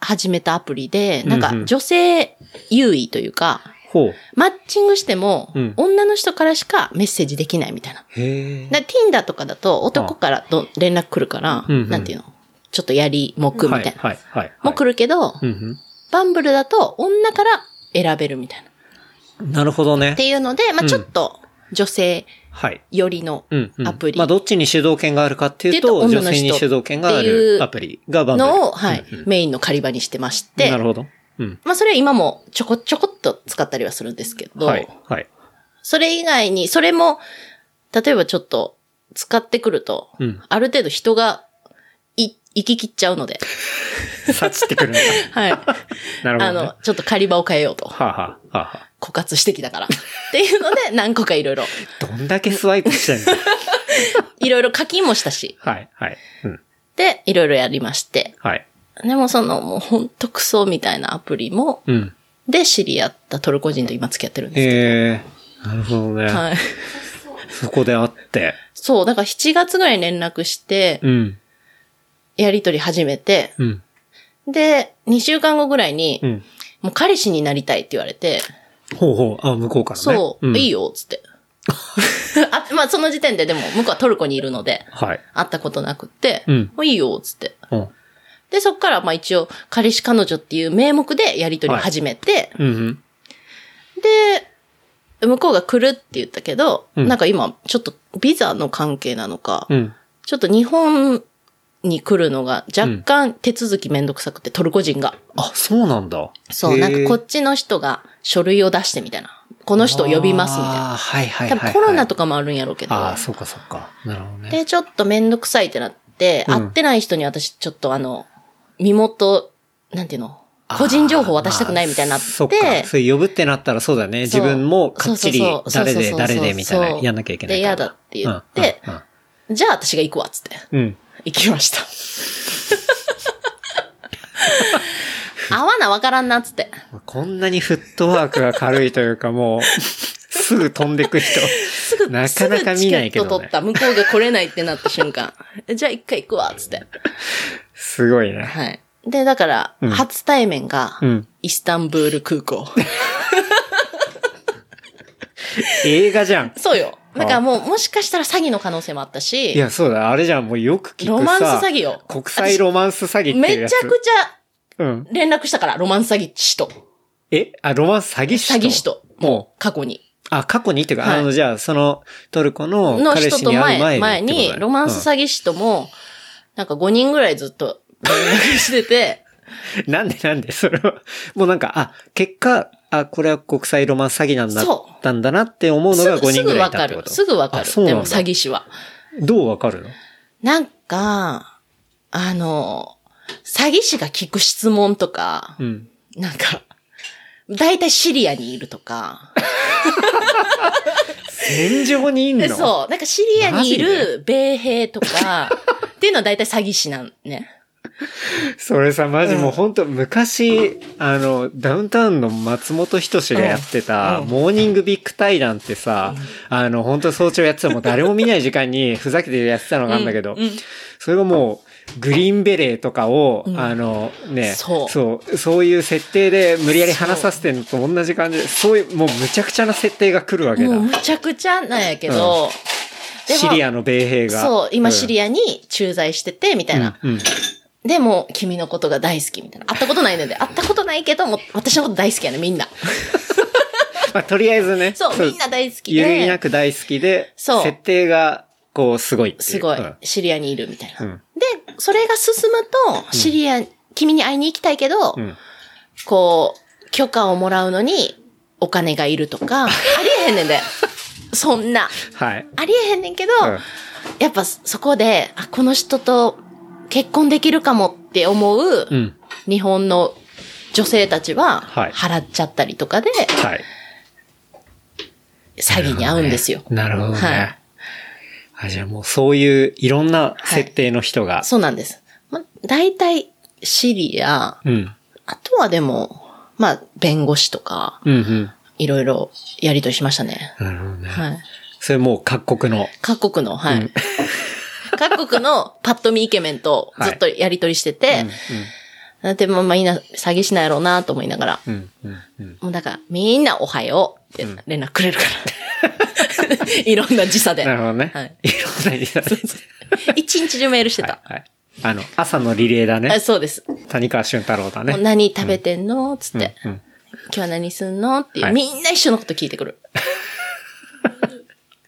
始めたアプリで、うんうなんんか女性優位というか、ほう。マッチングしても、うん女の人からしかメッセージできないみたいな。へえ。で Tinder とかだと男からど連絡来るから、うんうんなんていうのちょっとやりもくみたいな。はい、はい、はい。もう来るけど、うんバンブルだと女から選べるみたいな。っうん。なるほどね。ていうので、まうんあちょっと女性はい。寄りのうん、うん。アプリまあ、どっちに主導権があるかっていうっていうと、と女女の人性に主導権があっているうアプリがバンブル。のを、はい、メインの狩り場にしてましてな、るほど。うん。まあそれは今もちょこちょこっと使ったりはするんですけど、はい、はい。それ以外に、それも、例えばちょっと使ってくると、うんある程度人がい、行き切っちゃうので。察知ってくるん (laughs) だ。はい。なるほあど、ね。の、ちょっと狩り場を変えようと。はあ、はあ、はあはあ、枯渇してきたから。っていうの (laughs) で、何個かいろいろ。どんだけスワイプしてんのいろいろ課金もしたし。はい、はい。うん。で、いろいろやりまして。はい。でもその、もうほんとクソみたいなアプリも、うん。で知り合ったトルコ人と今付き合ってるんですえー、なるほどね。けど。はい。そこで会って。そう、だから7月ぐらいに連絡して、うん。やりとり始めて、うん。で、2週間後ぐらいに、うん。もう彼氏になりたいって言われて、ほうほう。あ、向こうからね。そう、いいよ。よ、(laughs) つって。あまあ、その時点ででも、向こうはトルコにいるので、はい。会ったことなくって、うんもういいよ、つって。うん。で、そっから、まあ一応、彼氏彼女っていう名目でやりとりを始めて、うんうん。で、向こうが来るって言ったけど、うんなんか今、ちょっとビザの関係なのか、うん。ちょっと日本に来るのが若干手続きめんどくさくて、トルコ人が。あ、そうなんだ。そう、なんかこっちの人が書類を出してみたいな。この人を呼びますみたいな。あーはいはいは多い、は分い。コロナととかもあるんやろうけど。ああ、そうかそうか。なるほどね。で、ちょっとめんどくさいってなって、うん会ってない人に私ちょっとあの、身元、なんていうの個人情報渡したくないみたいになっあて、ーそっか。それ呼ぶってなったらそうだね。自そう分もかっちりそうそうそ誰うでそうそうそう誰でみたいなそうやんなきゃいけないで、から。嫌だって言って、うん、うんじゃあ私が行くわ、っつって。うんうん。行き (laughs) ました。合わなわからんな、っつって。こんなにフットワークが軽いというか (laughs) もう、すぐ飛んでく人。すぐ、なかなか見ないけどねすぐチケット取った。向こうが来れないってなった瞬間。じゃあ一回行くわ、っつって。すごいね。はい。で、だから、うん初対面がうん、イスタンブール (laughs) 空港。映画じ (laughs) ゃん。そうよ。だからもう、もしかしたら詐欺の可能性もあったし、いや、そうだ。あれじゃん。もうよく聞くさ。ロマンス詐欺よ国際ロマンス詐欺ってめいうちやゃつ。くちうん。ゃ連絡したから、ロマンス詐欺師と、えあ、ロマンス詐欺師と詐欺師と、ももう、過去に。う。あ、過去にっていうか、はいあの、じゃあ、その、トルコのの彼人氏とに会う前前、に。前に、ロマンス詐詐欺師とも、なんか5人ぐらいずっと連絡してて、欺、なんでなんで、それは。もうなんか、あ、結果、あ、これは国際ロマンス詐欺なんだ、そったんだなって思う (laughs) のすがぐ5す人ぐぐらいわいたかってこる。と。すぐわかあそうる。なんでだも詐欺師は。どうわかるのなんか、あの、詐欺師が聞く質問とか、 (laughs) うん。なんか、だいたいシリアにいるとか、戦場にいんのそう、なんかシリアにいマる米兵とか、 (laughs) っていうのはだいたい詐欺師なんね。それさ、マジもう本当昔、あの、ダウンタウンの松本人志がやってた、うんモーニングビッグ対談ってさ、あの、本当早朝やってたもう誰も見ない時間にふざけてやってたのがあるんだけど、うんうんそれがもう、グリーンベレーとかを、うんあの、ね、そうそう、そういう設定で無理やり話させてんのと同じ感じで、そういう、もうむちゃくちゃな設定が来るわけだもう。むちゃくちゃなんやけど、でもシリアの米兵が。そう、今シリアに駐在してて、みたいな。うん。うんでも、君のことが大好きみたいな。会ったことないねんで。会ったことないけど、もう私のこと大好きやね、みんな。まあ、とりあえずね。そう、みんな大好きゆるぎなで、く大好きで、そう設定が、こう、すごいっていう。すごいうん、シリアにいるみたいな。うんで、それが進むと、シリア、君に会いに行きたいけど、うんこう、許可をもらうのに、お金がいると (laughs) か、ありえへんねんで。そんな。はい。ありえへんねんけど、うんやっぱそこで、あ、この人と結婚できるかもって思う、うん。日本の女性たちは、はい払っちゃったりとかで、はい。詐欺に遭うんですよ。なるほどね。はいあ、じゃあもうそういういろんな設定の人が。そうなんです。ま、大体、シリア、うん。あとはでも、まあ、弁護士とか、うんうん。いろいろやりとりしましたね。なるほどね。はい。それもう各国の。各国の、はい。 (laughs) 各国のパッと見イケメンとずっとやりとりしてて、なんて、まあまあみんな詐欺しないやろうなと思いながら、うんうんうんうん。もうだからみんなおはようって連絡くれるから。 (laughs) いろんな時差で。なるほどね。はい。いろんな意味だね (laughs) 一日中メールしてはいた。はい。あの、朝のリレーだあね。そうです。谷川俊太郎だもうね。何食べてんのつって、うん。今日は何すんのっていう、はいみんな一緒のこと聞いて (laughs) くる。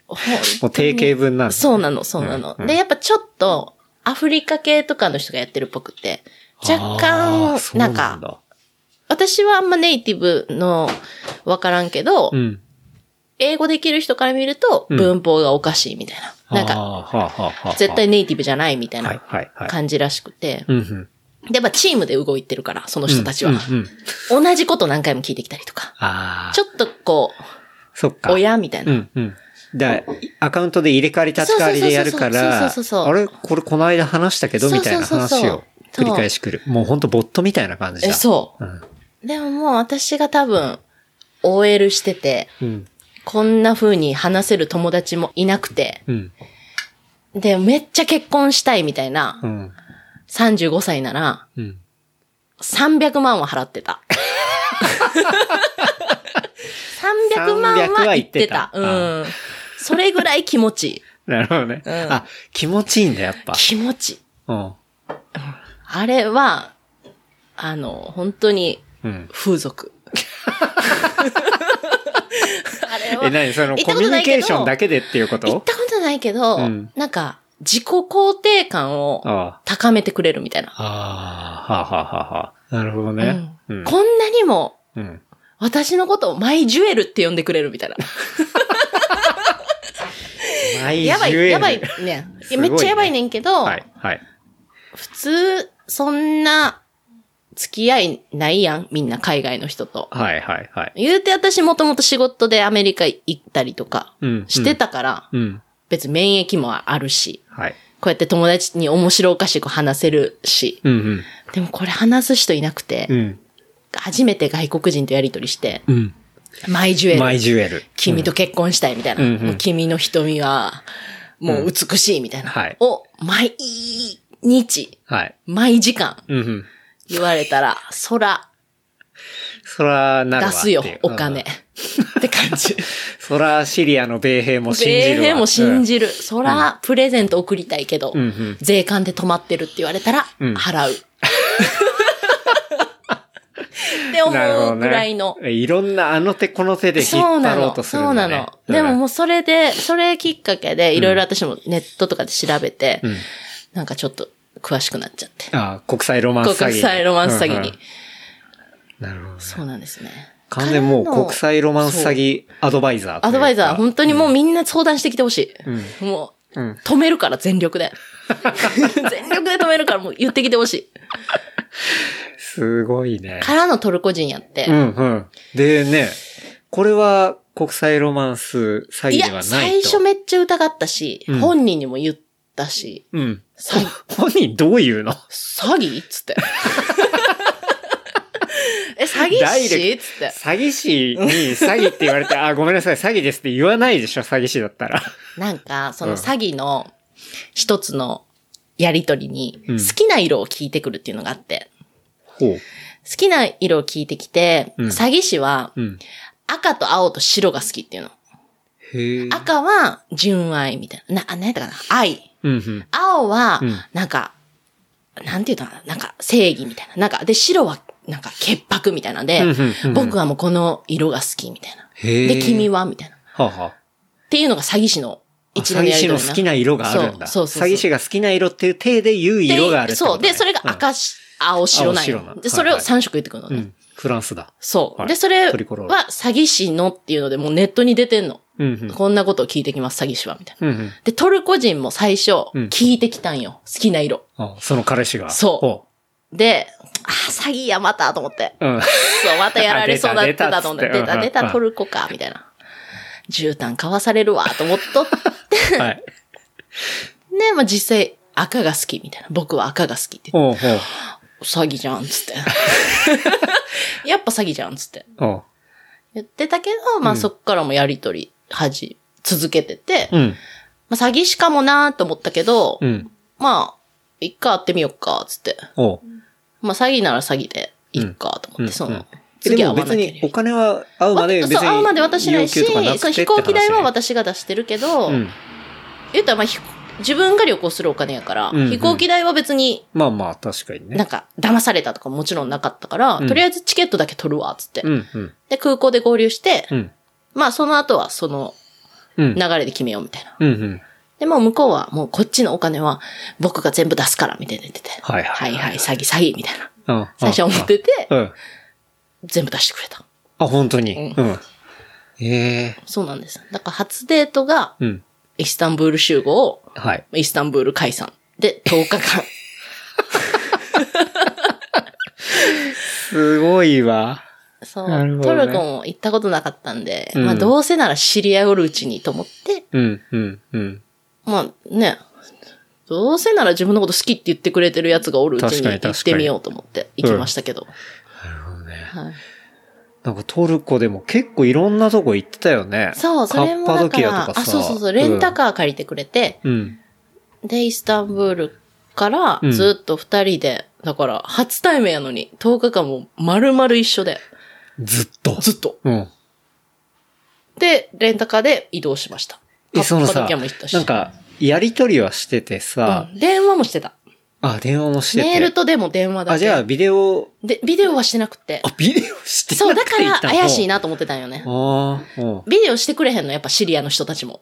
ほんもう定型文なんだそうなの、そうなの。で、やっぱちょっと、アフリカ系とかの人がやってるっぽくて、若あー干、そうなんなんか、だ。私はあんまネイティブのわからんけど、うん。英語できる人から見ると、うん文法がおかしいみたいな。なんか、か絶対ネイティブじゃないみたいはいなはいはい。感じらしくて。うんうん。で、まあ、チームで動いてるから、その人たちはうん。うんうん同じこと何回も聞いてきたりとか。ああ。ちょっとこそっう、か。親みたいうんな。うん。だアカウントで入れ替わり立ち替わりでやるから、そうそうそうそうそうそうそうあれこれこの間話したけどみたいな話を繰り返し来る。もうほんとボットみたいな感じだ。。え、そううん。う。でももう私が多分、OL してて、うん。こんな風に話せる友達もいなくて、うん。で、めっちゃ結婚したいみたいな、うん。 35歳なら、うん。 300万は払ってた。300万は言ってた。 300はうん。それぐらい気持ちいい。なるほどね。うんあ、気持ちいいんだ、やっぱ。気持ちいい。うん。あれは、あの、本当にうん。風俗。あれはえ、、何その行っコたこミとュなニいけどケーションだけでっていうこ行っとたことないけど、うんなんか、自己肯定感をあ高めてくれるみたいなあ。。ああ、はあはあはあはあ。なるほどね。うん。こんなにも、うん。私のことをマイジュエルって呼んでくれる (laughs) みたいな。マイやばジュエルい、やばい。ね。いすやごいねめっちゃやばいねんけど、はい、はい。普通、そんな、付き合いないやん。みんな海外の人と。はい、はい、はい。言うて私もともと仕事でアメリカ行ったりとかうん。してたから、うん。別に免疫もあるし、はい。こうやって友達に面白おかしく話せるし、うん、うん。でもこれ話す人いなくて、うん。初めて外国人とやりとりして、うん。マイジュエルマイジュエル。君と結婚したいみたいな。うんうんもう君の瞳は、もう美しいみたいな。うんはいを、毎日、はい。毎時間うんうん。言われたら、そら、そら、なる出わってすいうよ、お金。うんって感じ。そら、シリアの米兵も信じるわ。米兵も信じる。そら、プレゼント送りたいけど、うんうん税関で止まってるって言われたら、うん払 (laughs) う。なるほって思どうねくらいの。いろんなあの手この手で引っそうな張ろうの。とするそうんだなね、の。でももうそれで、それきっかけで、いろいろ私もネットとかで調べて、うん、うん。なんかちょっと詳しくなっちゃって。ああ国際ロマンス詐欺。国際ロマンス詐欺に。うんうんなるほどね。そうなんですね。完全にもうからの国際ロマンス詐欺アドバイザーというか。アドバイザー、本当にもうみんな相談してきてほしい。もう、うん止めるから全 (laughs) 力で。全力で止めるからもう言ってきてほしい。すごいね。からのトルコ人やって。うんうん。でね、これは国際ロマンス詐欺いではないと。や、最初めっちゃ疑ったし、うん本人にも言ったし、うん。詐欺、本人どう言う (laughs) の詐欺っつって。 (laughs) え、詐欺ダイ師レっつって。詐欺師に詐欺って言われて、あ、ごめんなさい、詐欺ですって言わないでしょ、詐欺師だったら。なんか、そうんの詐欺の一つのやりとりに、うん好きな色を聞いてくるっていうのがあって、ほう。好きな色を聞いてきて、うん詐欺師はうん。赤と青と白が好きっていうの。へえ。赤は純愛みたいな。な、何やったかな愛。うんうん。青はうん、なんか、なんて言うのかななんか正義みたいな。なんか、で、白は、なんか潔白みたいなんで、うんうんうんうん僕はもうこの色が好きみたいな。へえ。で、君は。はみたいな。っはあはていうのが詐欺師のあ。一詐連の欺やり師とのり好きな色があるんだ。そうそうそうそう詐欺師が好きな色っていう体で言うで色があるってことそう。ねで、それが。赤し、青、白なんよ青白なんで、それをはいはい3色言ってくるのうね。ん。フランスだ。そう、はいで、それはトリコロール詐欺師のっていうので、もうネットに出てんの。うんうん。こんなことを聞いてきます、詐欺師は、みたいな。うんうん。で、トルコ人も最初、うん聞いてきたんよ。好きな色。あその彼氏が。そうほで、あー、詐欺や、また、と思って。 (laughs) う。うん。そう、またやられそうだっ出てたたと思って。出たっつっ出てうんた、出うた、んトルコか、みたいな。絨毯買わされるわ、と思っ (laughs) とって。はい。ね、まあ、実際、赤が好き、みたいな。僕は赤が好きって言って。ほうほう。詐欺じゃん、つって。 (laughs) やっぱ詐欺じゃん、つって。ほう言ってたけど、まうんあそっからもやりとり、はじ、続けてて、うん。まあ詐欺師かもなーと思ったけど、うん。まあ、一回会ってみよっか、つって。おう。まあ詐欺なら詐欺で、いっか、と思って、そうんうんの、え次ではも会わな別きゃにいおけ金は会うまでない。別そう、に会うまで渡してないし、要求とかくてそうって飛行機代は話ね私が出してるけど、うん言ったらまあ飛行自分が旅行するお金やから、うんうん飛行機代は別にまあまあ、確かになんね。か騙されたとかもちろんなかったから、うんとりあえずチケットだけ取るわ、つって、うん、うん、で、空港で合流して、うん、まあその後はそのうん流、れで決めようみたいな。うん、うん。で、もう向こうは、もうこっちのお金は僕が全部出すから、みたいな言ってて。はいははいいはい、詐欺詐欺、みたいな。うん最初思ってて、うん。全部出してくれた。あ、本当に。ううん。ええそうなんです。だから初デートが、うん。イスタンブール集合、はい。イスタンブール解散。で、10日間。すごいわ。 (laughs) そなるう、ほトどねルコも行ったことなかったんで、うんまあどうせなら知り合いおるうちにと思って、うん、うん、うん。まあね、どうせなら自分のこと好きって言ってくれてるやつがおるうち確にかに行ってみようと思って行きましたけど。なるほどね。はい、なんかトルコでも結構いろんなとこ行ってたよね。そう、それもカッだパドかキアら、とかさあ、そうそうそう、レンタカー借りてくれて、うん。で、イスタンブールからうんずっと二人で、だから初対面やのに10日間も丸々一緒で、ずっと。ずっと。うん。で、レンタカーで移動しました。え、そのカッパドさ、キアも行ったしなんか、やりとりはしててさう、ん電話もしてた。あ、電話もしてて。メールとでも電話だけ。あ、じゃあビデオ、で、ビデオはしてなくてあ。、ビデオしてそなう、だくかて行らったの怪しい。なと思ってたんよね。ああ、うん。ビデオしてくれへんの、やっぱシリアの人たちも。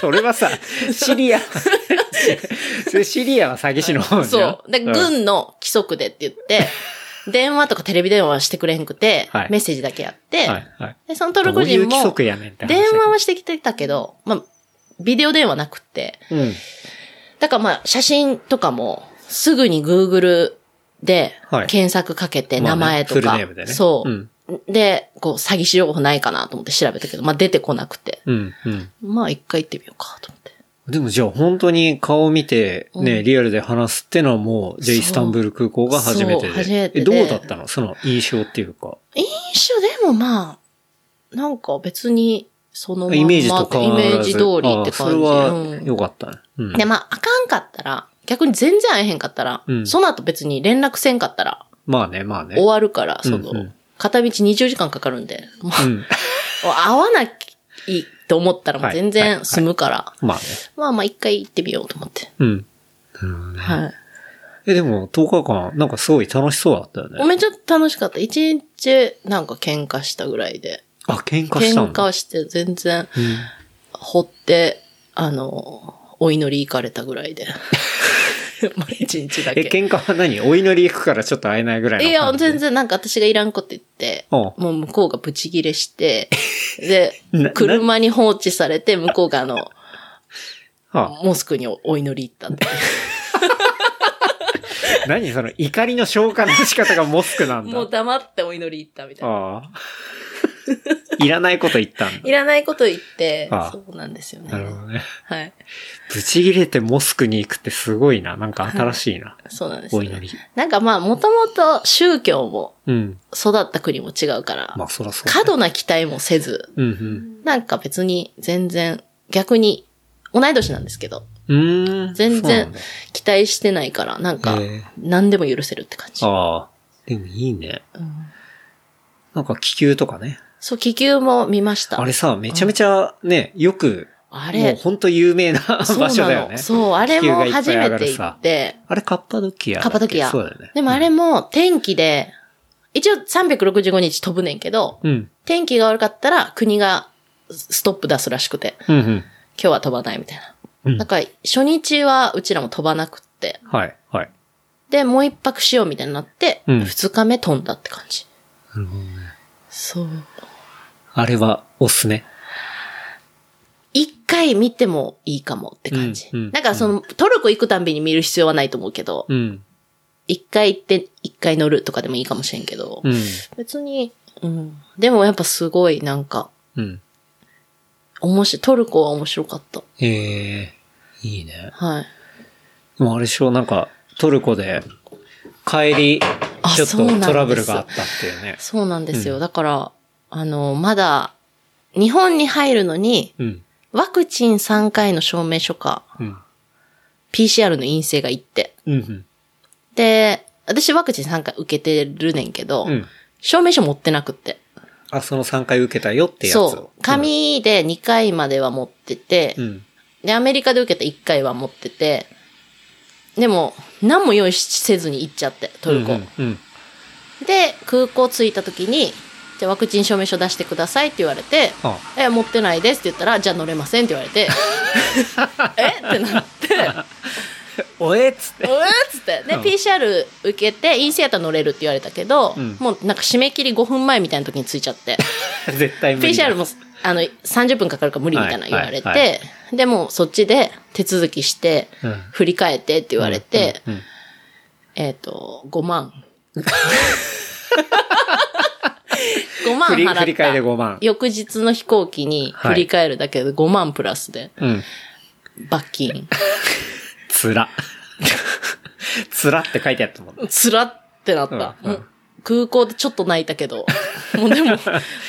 それ (laughs) はさ、シリア。 (laughs) それシリアは詐欺師の方じゃんそう。で、ん軍の規則でって言 (laughs) って、電話とかテレビ電話はしてくれへんくて、はいメッセージだけやって、はい、はい。で、そのトどルコういう人規も、則やねんって話。電話はしてきてたけど、まあ、ビデオ電話なくて、うん。だからまあ、写真とかも、すぐに Google ではい検索かけてまあ名ね前とフルかネームで、ねそう。うんで、こう、詐欺師情報ないかなと思って調べたけど、まあ出てこなくて。うん、うん。まあ一回行ってみようかと思って。でもじゃあ本当に顔を見てね、うんリアルで話すってのはもう、じゃあそうイスタンブール空港が初めてで。そう初めてでえどうだったのその印象っていうか。印象でもまあ、なんか別に、そのまんまイメージと変わらずイメージ通りっあて感じ。あそれうはん良かったね。うん。で、まあ、あかんかったら、逆に全然会えへんかったら、うんその後別に連絡せんかったら、まあね、まあね。終わるから、その、うんうん片道20時間かかるんで、もううん。会わなきゃいいと思ったらもうはい全然済むから、まあね。まあまあ一回行ってみようと思って。うん。なるほどね。はい。え、でも10日間、なんかすごい楽しそうだったよね。めっちゃ楽しかった。一日なんか喧嘩したぐらいで。あ、喧嘩した喧んだ。嘩して全然、うん掘って、あの、お祈り行かれたぐら (laughs) いで。まあ一日だえ、け。喧嘩は何お祈り行くからちょっと会えないぐらいいのや、感じ。全然なんか私がいらんこと言って、おもう向こうがブチギ (laughs) レして、でなな、車に放置されて、向こうがあの、はモスクにおお祈り行ったって。あ、何その怒りの消化の仕方がモスクなんだ。 (laughs) もう黙ってお祈り行ったみたいな。ああ。いらないこと言ったんだ (laughs) い。らないこと言ってああ、そうなんですよね。なるほどね。はい。ブチギレてモスクに行くってすごいな。なんか新しいな。そうなんですおよ、祈り。なんかまあ、もともと宗教もうん。育った国も違うから、まあそらそうだ。過度な期待もせず、うんうん。なんか別に全然、逆に、同い年なんですけど、うーん。全然そうなんだ期待してないから、なんかへえ、何でも許せるって感じ。ああ。でもいいね。うんなんか気球とかね。そう、気球も見ました。あれさ、めちゃめちゃね、よく、あもうれ、本当有名な (laughs) そう場な所だよの。ね。そう、あれ気球もがいっぱい初上がめるて行さって、あれカッパドキアだっけ。カッパドキアそうだよね。でもあれも天気で、一応365日飛ぶねんけど、うん。天気が悪かったら国がストップ出すらしくて、うんうん。今日は飛ばないみたいな。うんだから初日はうちらも飛ばなくって、はい、はい。で、もう一泊しようみたいになって、うん二日目飛んだって感じ。なるほどね。そう。あれはおすすめ。一回見てもいいかもって感じ。うんうんなんかその、トルコ行くたんびに見る必要はないと思うけど、うん。一回行って一回乗るとかでもいいかもしれんけど、うん。別に、うん。でもやっぱすごいなんか、うん。面白い、トルコは面白かった。ええいいね。はい。でもあれでしょ、なんか、トルコで、帰り、あちょっそうなんとですトラブルがあったっていうね。そうなんですよ。うんだから、あの、まだ、日本に入るのに、うん。ワクチン3回の証明書か、うん。 PCR の陰性が行って。うん。で、私ワクチン3回受けてるねんけど、うん。証明書持ってなくって。あ、その3回受けたよってやつを。そう。紙で2回までは持ってて、うん。で、アメリカで受けた1回は持ってて、でも、何も用意せずに行っちゃって、トルコ。うん。うん。で、空港着いた時に、じゃあワクチン証明書出してくださいって言われて、あえ、(laughs) 持ってないですって言ったら、じゃあ乗れませんって言われて、えってなって、おえっつって。うわっつって。で、うん PCR 受けて、陰性やったら乗れるって言われたけど、うんもうなんか締め切り5分前みたいな時に着いちゃって、絶対無理だ。 PCR もあの30分かかるから無理みたいなはい言われて、はいはでもうそっちで手続きして、うん振り返ってって言われて、うん、うんえっ、と、5万。5万振り払った。振り替えで5万翌日の飛行機に振り替えるだけで5万プラスで、うん。うん。罰 (laughs) 金。つら。つらって書いてあったもん。つらってなった。うんうんもう空港でちょっと泣いたけど、 (laughs) もうでも、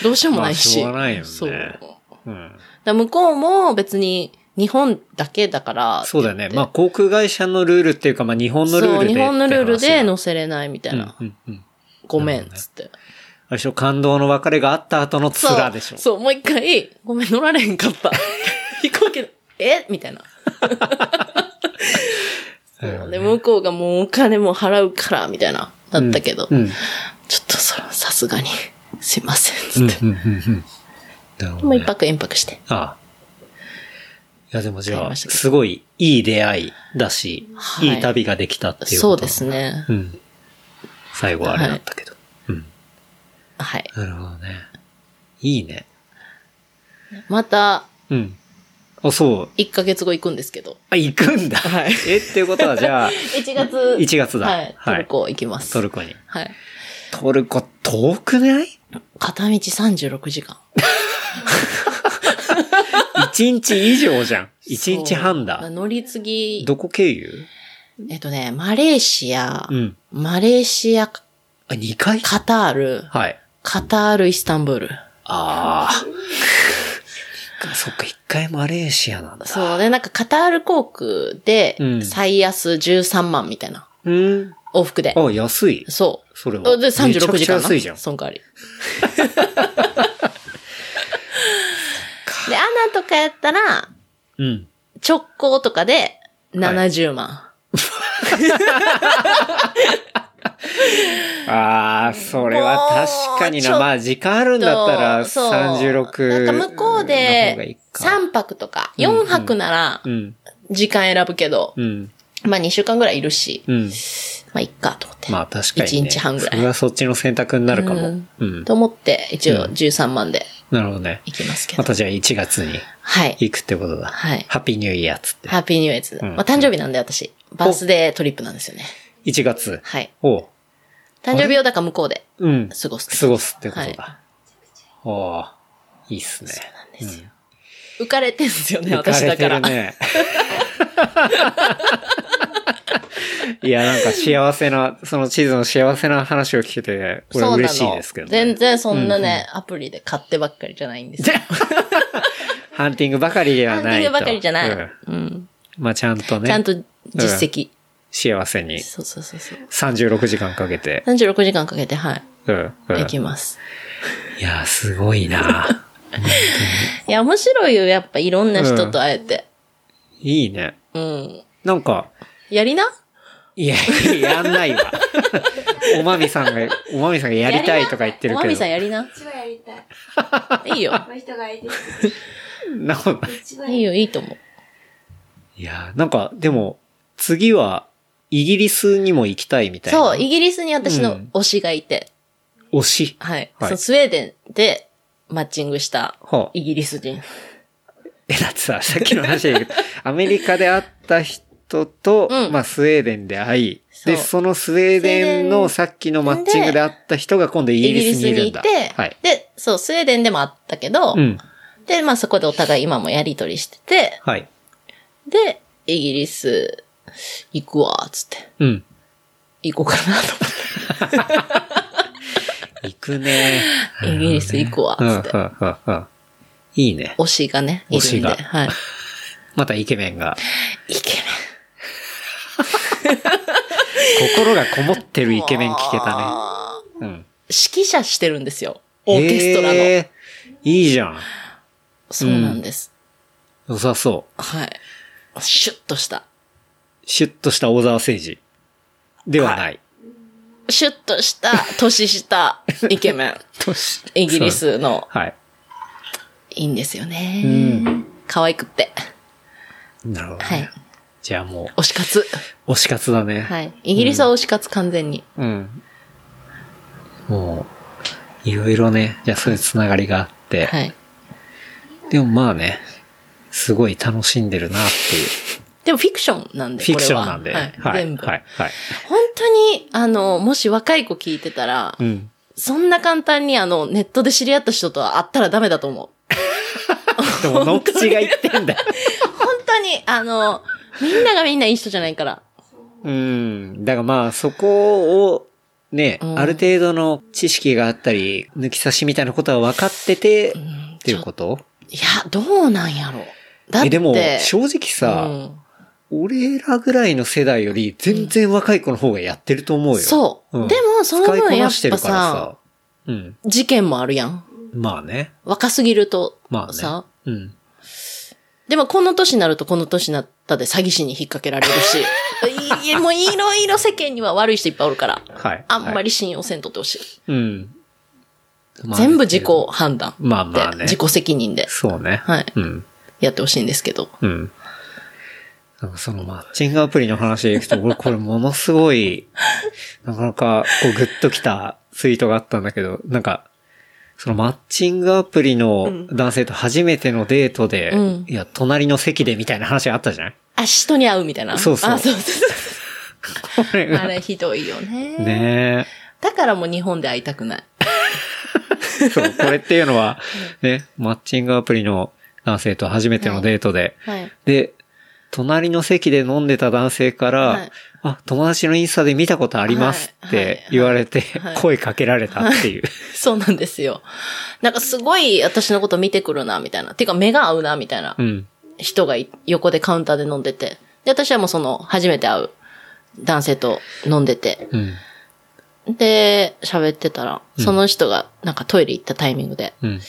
どうしようもないし。まあしょうがないよねそう。だかうん。ら向こうも別に日本だけだから。そうだよね。まあ、あ、航空会社のルールっていうか、まあ、日本のルーそう、ルでって話だ。日本のルールで乗せれないみたいな。うんうんうん。ごめん、つって。あれでしょ、感動の別れがあった後のつそうらでしょ。そう、もう一回、ごめん、乗られへんか (laughs) った。飛行機の、えみたいな。そうで、向こうがもうお金も払うから、みたいな、だったけど、うん。うんちょっとそれはさすがに、すいません、うつんって。うんうん。なるほどもうね一泊延泊して。ああ。いや、でもじ買ゃいあ、ましたけどすごいいい出会いだし、はいい、い旅ができたっていうそこうと。ですね。ね。うん。最後はあれだったけど。うん。はい。なるほどね。いいね。また、うん。あ、そう。 1ヶ月後行くんですけど。あ、行くんだ。はいえ、っていうことはじ (laughs) ゃあ、 1月。 1月だはい。トはいルコ行きます。トルコに。はい。トルコ遠くない片道36時間。 ?1 日以上じゃん。1日半そうだ。乗り継ぎ、どこ経由えっとね、マレーシア、うん。マレーシア、あ、2回カタール、はい。カタール、イスタンブール。あ (laughs) あ。そっか、1回マレーシアなんだ。そうね、なんかカタール航空でう、ん最安13万みたいな。うん。往復で。あ、安い。そそれう。は。で、めちゃ36く時ちゃ間な。安いじゃん。そ (laughs) の代わり。で、アナとかやったら、うん。直行とかで70万。ああ、それは確かにもな。うまあ、時間あるんだったらそう36。なんか向この方うがいいでか3泊とかうん4泊ならうん。時間選ぶけど、うん。まあ2週間ぐらいいるし、うん。まあいっかと思って。まあ、確かに、ね。 1日半ぐらいそれはそっちの選択になるかもうん。うん。と思って、一応うん13万でなるほどね。行きますけど。またじゃあ1月にはい。行くってことだ。はいハッピーニューイヤーっつって。ハッピーニューエイズ。うんまあ誕生日なんで私、バースデートリップなんですよね。 1月。はい。おう。誕生日をだから向こうでうん。過ごす。過ごすってことはだ。おーいいっすね。い。ですよ浮かれてんすよね、浮か私だれてかるら。ね。 (laughs) いや、なんか幸せな、その地図の幸せな話を聞けて、これそうなの嬉しいですけどね。全然そんなね、アプリで買ってばっかりじゃないんですよ。ハンティングばかりでハはンテなィンいグと。ばかりじゃない。うんうん。まあちゃんとね、ちゃんと実績。幸せにそうそうそうそう。 36時間かけて、 36時間かけて、はい。うん、うん。行きます。いや、すごい (laughs) ないや、面白いよ。やっぱいろんな人と会えて。いいね。うん。なんか、やりないや、やんないわ。 (laughs) おまみさんが、おまみさんがやりたいとか言ってるおまけみさんど。やりなうちはやりたい。いいよ。この人がいいです。なことないうちはいいよ、いいと思う。いや、なんか、でも、次は、イギリスにも行きたいみたいな。そう、イギリスに私の推しがいて。推し。はい。はいそうスウェーデンでマッチングしたはあイギリス人。え、だってさ、さっきの話で言う (laughs) と、アメリカで会った人と、うんまあ、スウェーデンで会い、で、そうそのスウェーデンのさっきのマッチングで会った人が今度イギイギリリススにいるにんいだ。て、はい。で、そう、スウェーデンでもあったけど、うん。で、まあそこでお互い今もやりとりしてて、はい。で、イギリス行くわ、つって。うん。行こうかなと思行くね。って。イギリス行くわ、うん、うん、うつって。ん、うん。いいね。推しがね、いるんで。推しが (laughs) はい。またイケメンが。イケ心がこもってるメン。イケメン聞けたたね。ね。うん。指揮者してるんですよ。オーケストラの。へーいいじゃん。そうなんです。良さそう。はい。シュッとした。シュッとした小沢誠二ではない。シュッとした、(laughs) 年下、イケメン。イギリそう。スの、はい。いいんですようね。ん。可愛くって。なるほど、ね。はい。じゃあも推し活。う、推し活だね。はい。イギリスは推し活完全に。うん。もう、いろいろね、じゃあそういうつながりがあって、はい。でもまあね、すごい楽しんでるなっていう、でもフィクションなんで、フィクションこれはなんで、はい。はい、全部。はい、はい。本当に、あの、もし若い子聞いてたら、うん。そんな簡単にあの、ネットで知り合った人とは会ったらダメだと思う。でも、ノッチが言ってんだよ。本当に、あの、みんながみんないい人じゃないから。うん。だからまあ、そこを、ね、うんある程度の知識があったり、抜き差しみたいなことは分かってて、っていうこといや、どうなんやろ。だって。え、でも、正直さ、うん俺らぐらいの世代より、全然若い子の方がやってると思うよ。そう。んでも、その使いこ分やなっしてぱるからさ、さ。うん。事件もあるやん。まあね。若すぎるとまあね。さ。うん。でも、この年になるとこの年になったで詐欺師に引っ掛けられる (laughs) し。いいもういろいろ世間には悪い人いっぱいおるから。はい。あんまり信用せんとってほしい。はい。うん。まあ全部自己。判断まあまあで、ね。自己責任で、そうね。はい、うん。やってほしいんですけど。うん。なんかそのマッチングアプリの話でいくと、俺これものすごい、 (laughs) なかなかこうグッときたツイートがあったんだけど、なんか、そのマッチングアプリの男性と初めてのデートで、うんいや、隣の席でみたいな話があったじゃないあ、人に会うみたいな。そうそうあ、そうそう (laughs) これそう。あが。れひどいよね。ねだからもう日本で会いたくない。え。そう、これっていうの (laughs) は、ね、マッチングアプリの男性と初めてのデートで、はい。で、隣の席で飲んでた男性から、はいあ、友達のインスタで見たことありますっはいはいて言われて、はい声かけられたっていう。そうなんですよ。なんかすごい私のこと見てくるな、みたいな。てか目が合うな、みたいなうん。人がい横でカウンターで飲んでて。で、私はもうその、初めて会う男性と飲んでて。うん。で、喋ってたら、うんその人がなんかトイレ行ったタイミングで、うん。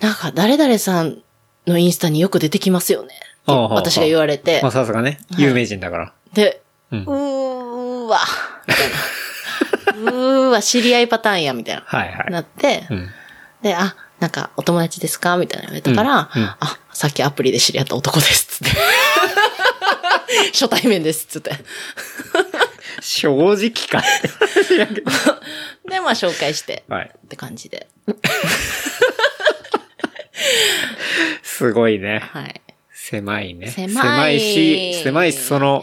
なんか誰々さんのインスタによく出てきますよね。ってああ私が言われてまあ、、さすがね、はい有名人だから。で、うんう。ーわ、みたいな。うーわ、知り合いパターンや、みたいな。はいは。ないって、うん。で、あ、なんか、お友達ですかみたいなの言われたから、うんうんあ、さっきアプリで知り合った男です、つって。 (laughs) 初対面です、つって。正直か。で、まあ、紹介して、はい。って感じで。すごいね。はい。狭いね。狭いし、狭いし、その、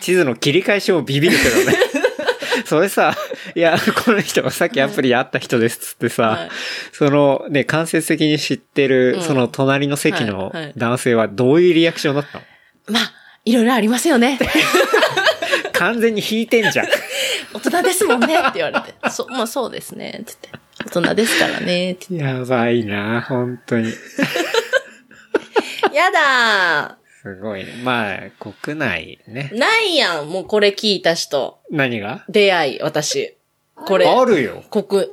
地図の切り返しもビビるけどね。 (laughs) それさ、いや、この人がさっきアプリで会った人ですっつってさ、はいそのね、間接的に知ってる、うんその隣の席のはいはい男性はどういうリアクションだったの、まあ、いろいろありますよね。完全に引いてんじゃん。 (laughs) 大人ですもんね、って言われて。そ、まあ、そうですね、つって。大人ですからね、ってやばいな、本当に。やだすごいね。まあ、国内ねー。ないやん、もうこれ聞いた人。何が出会い、私。これ、あるよ。国、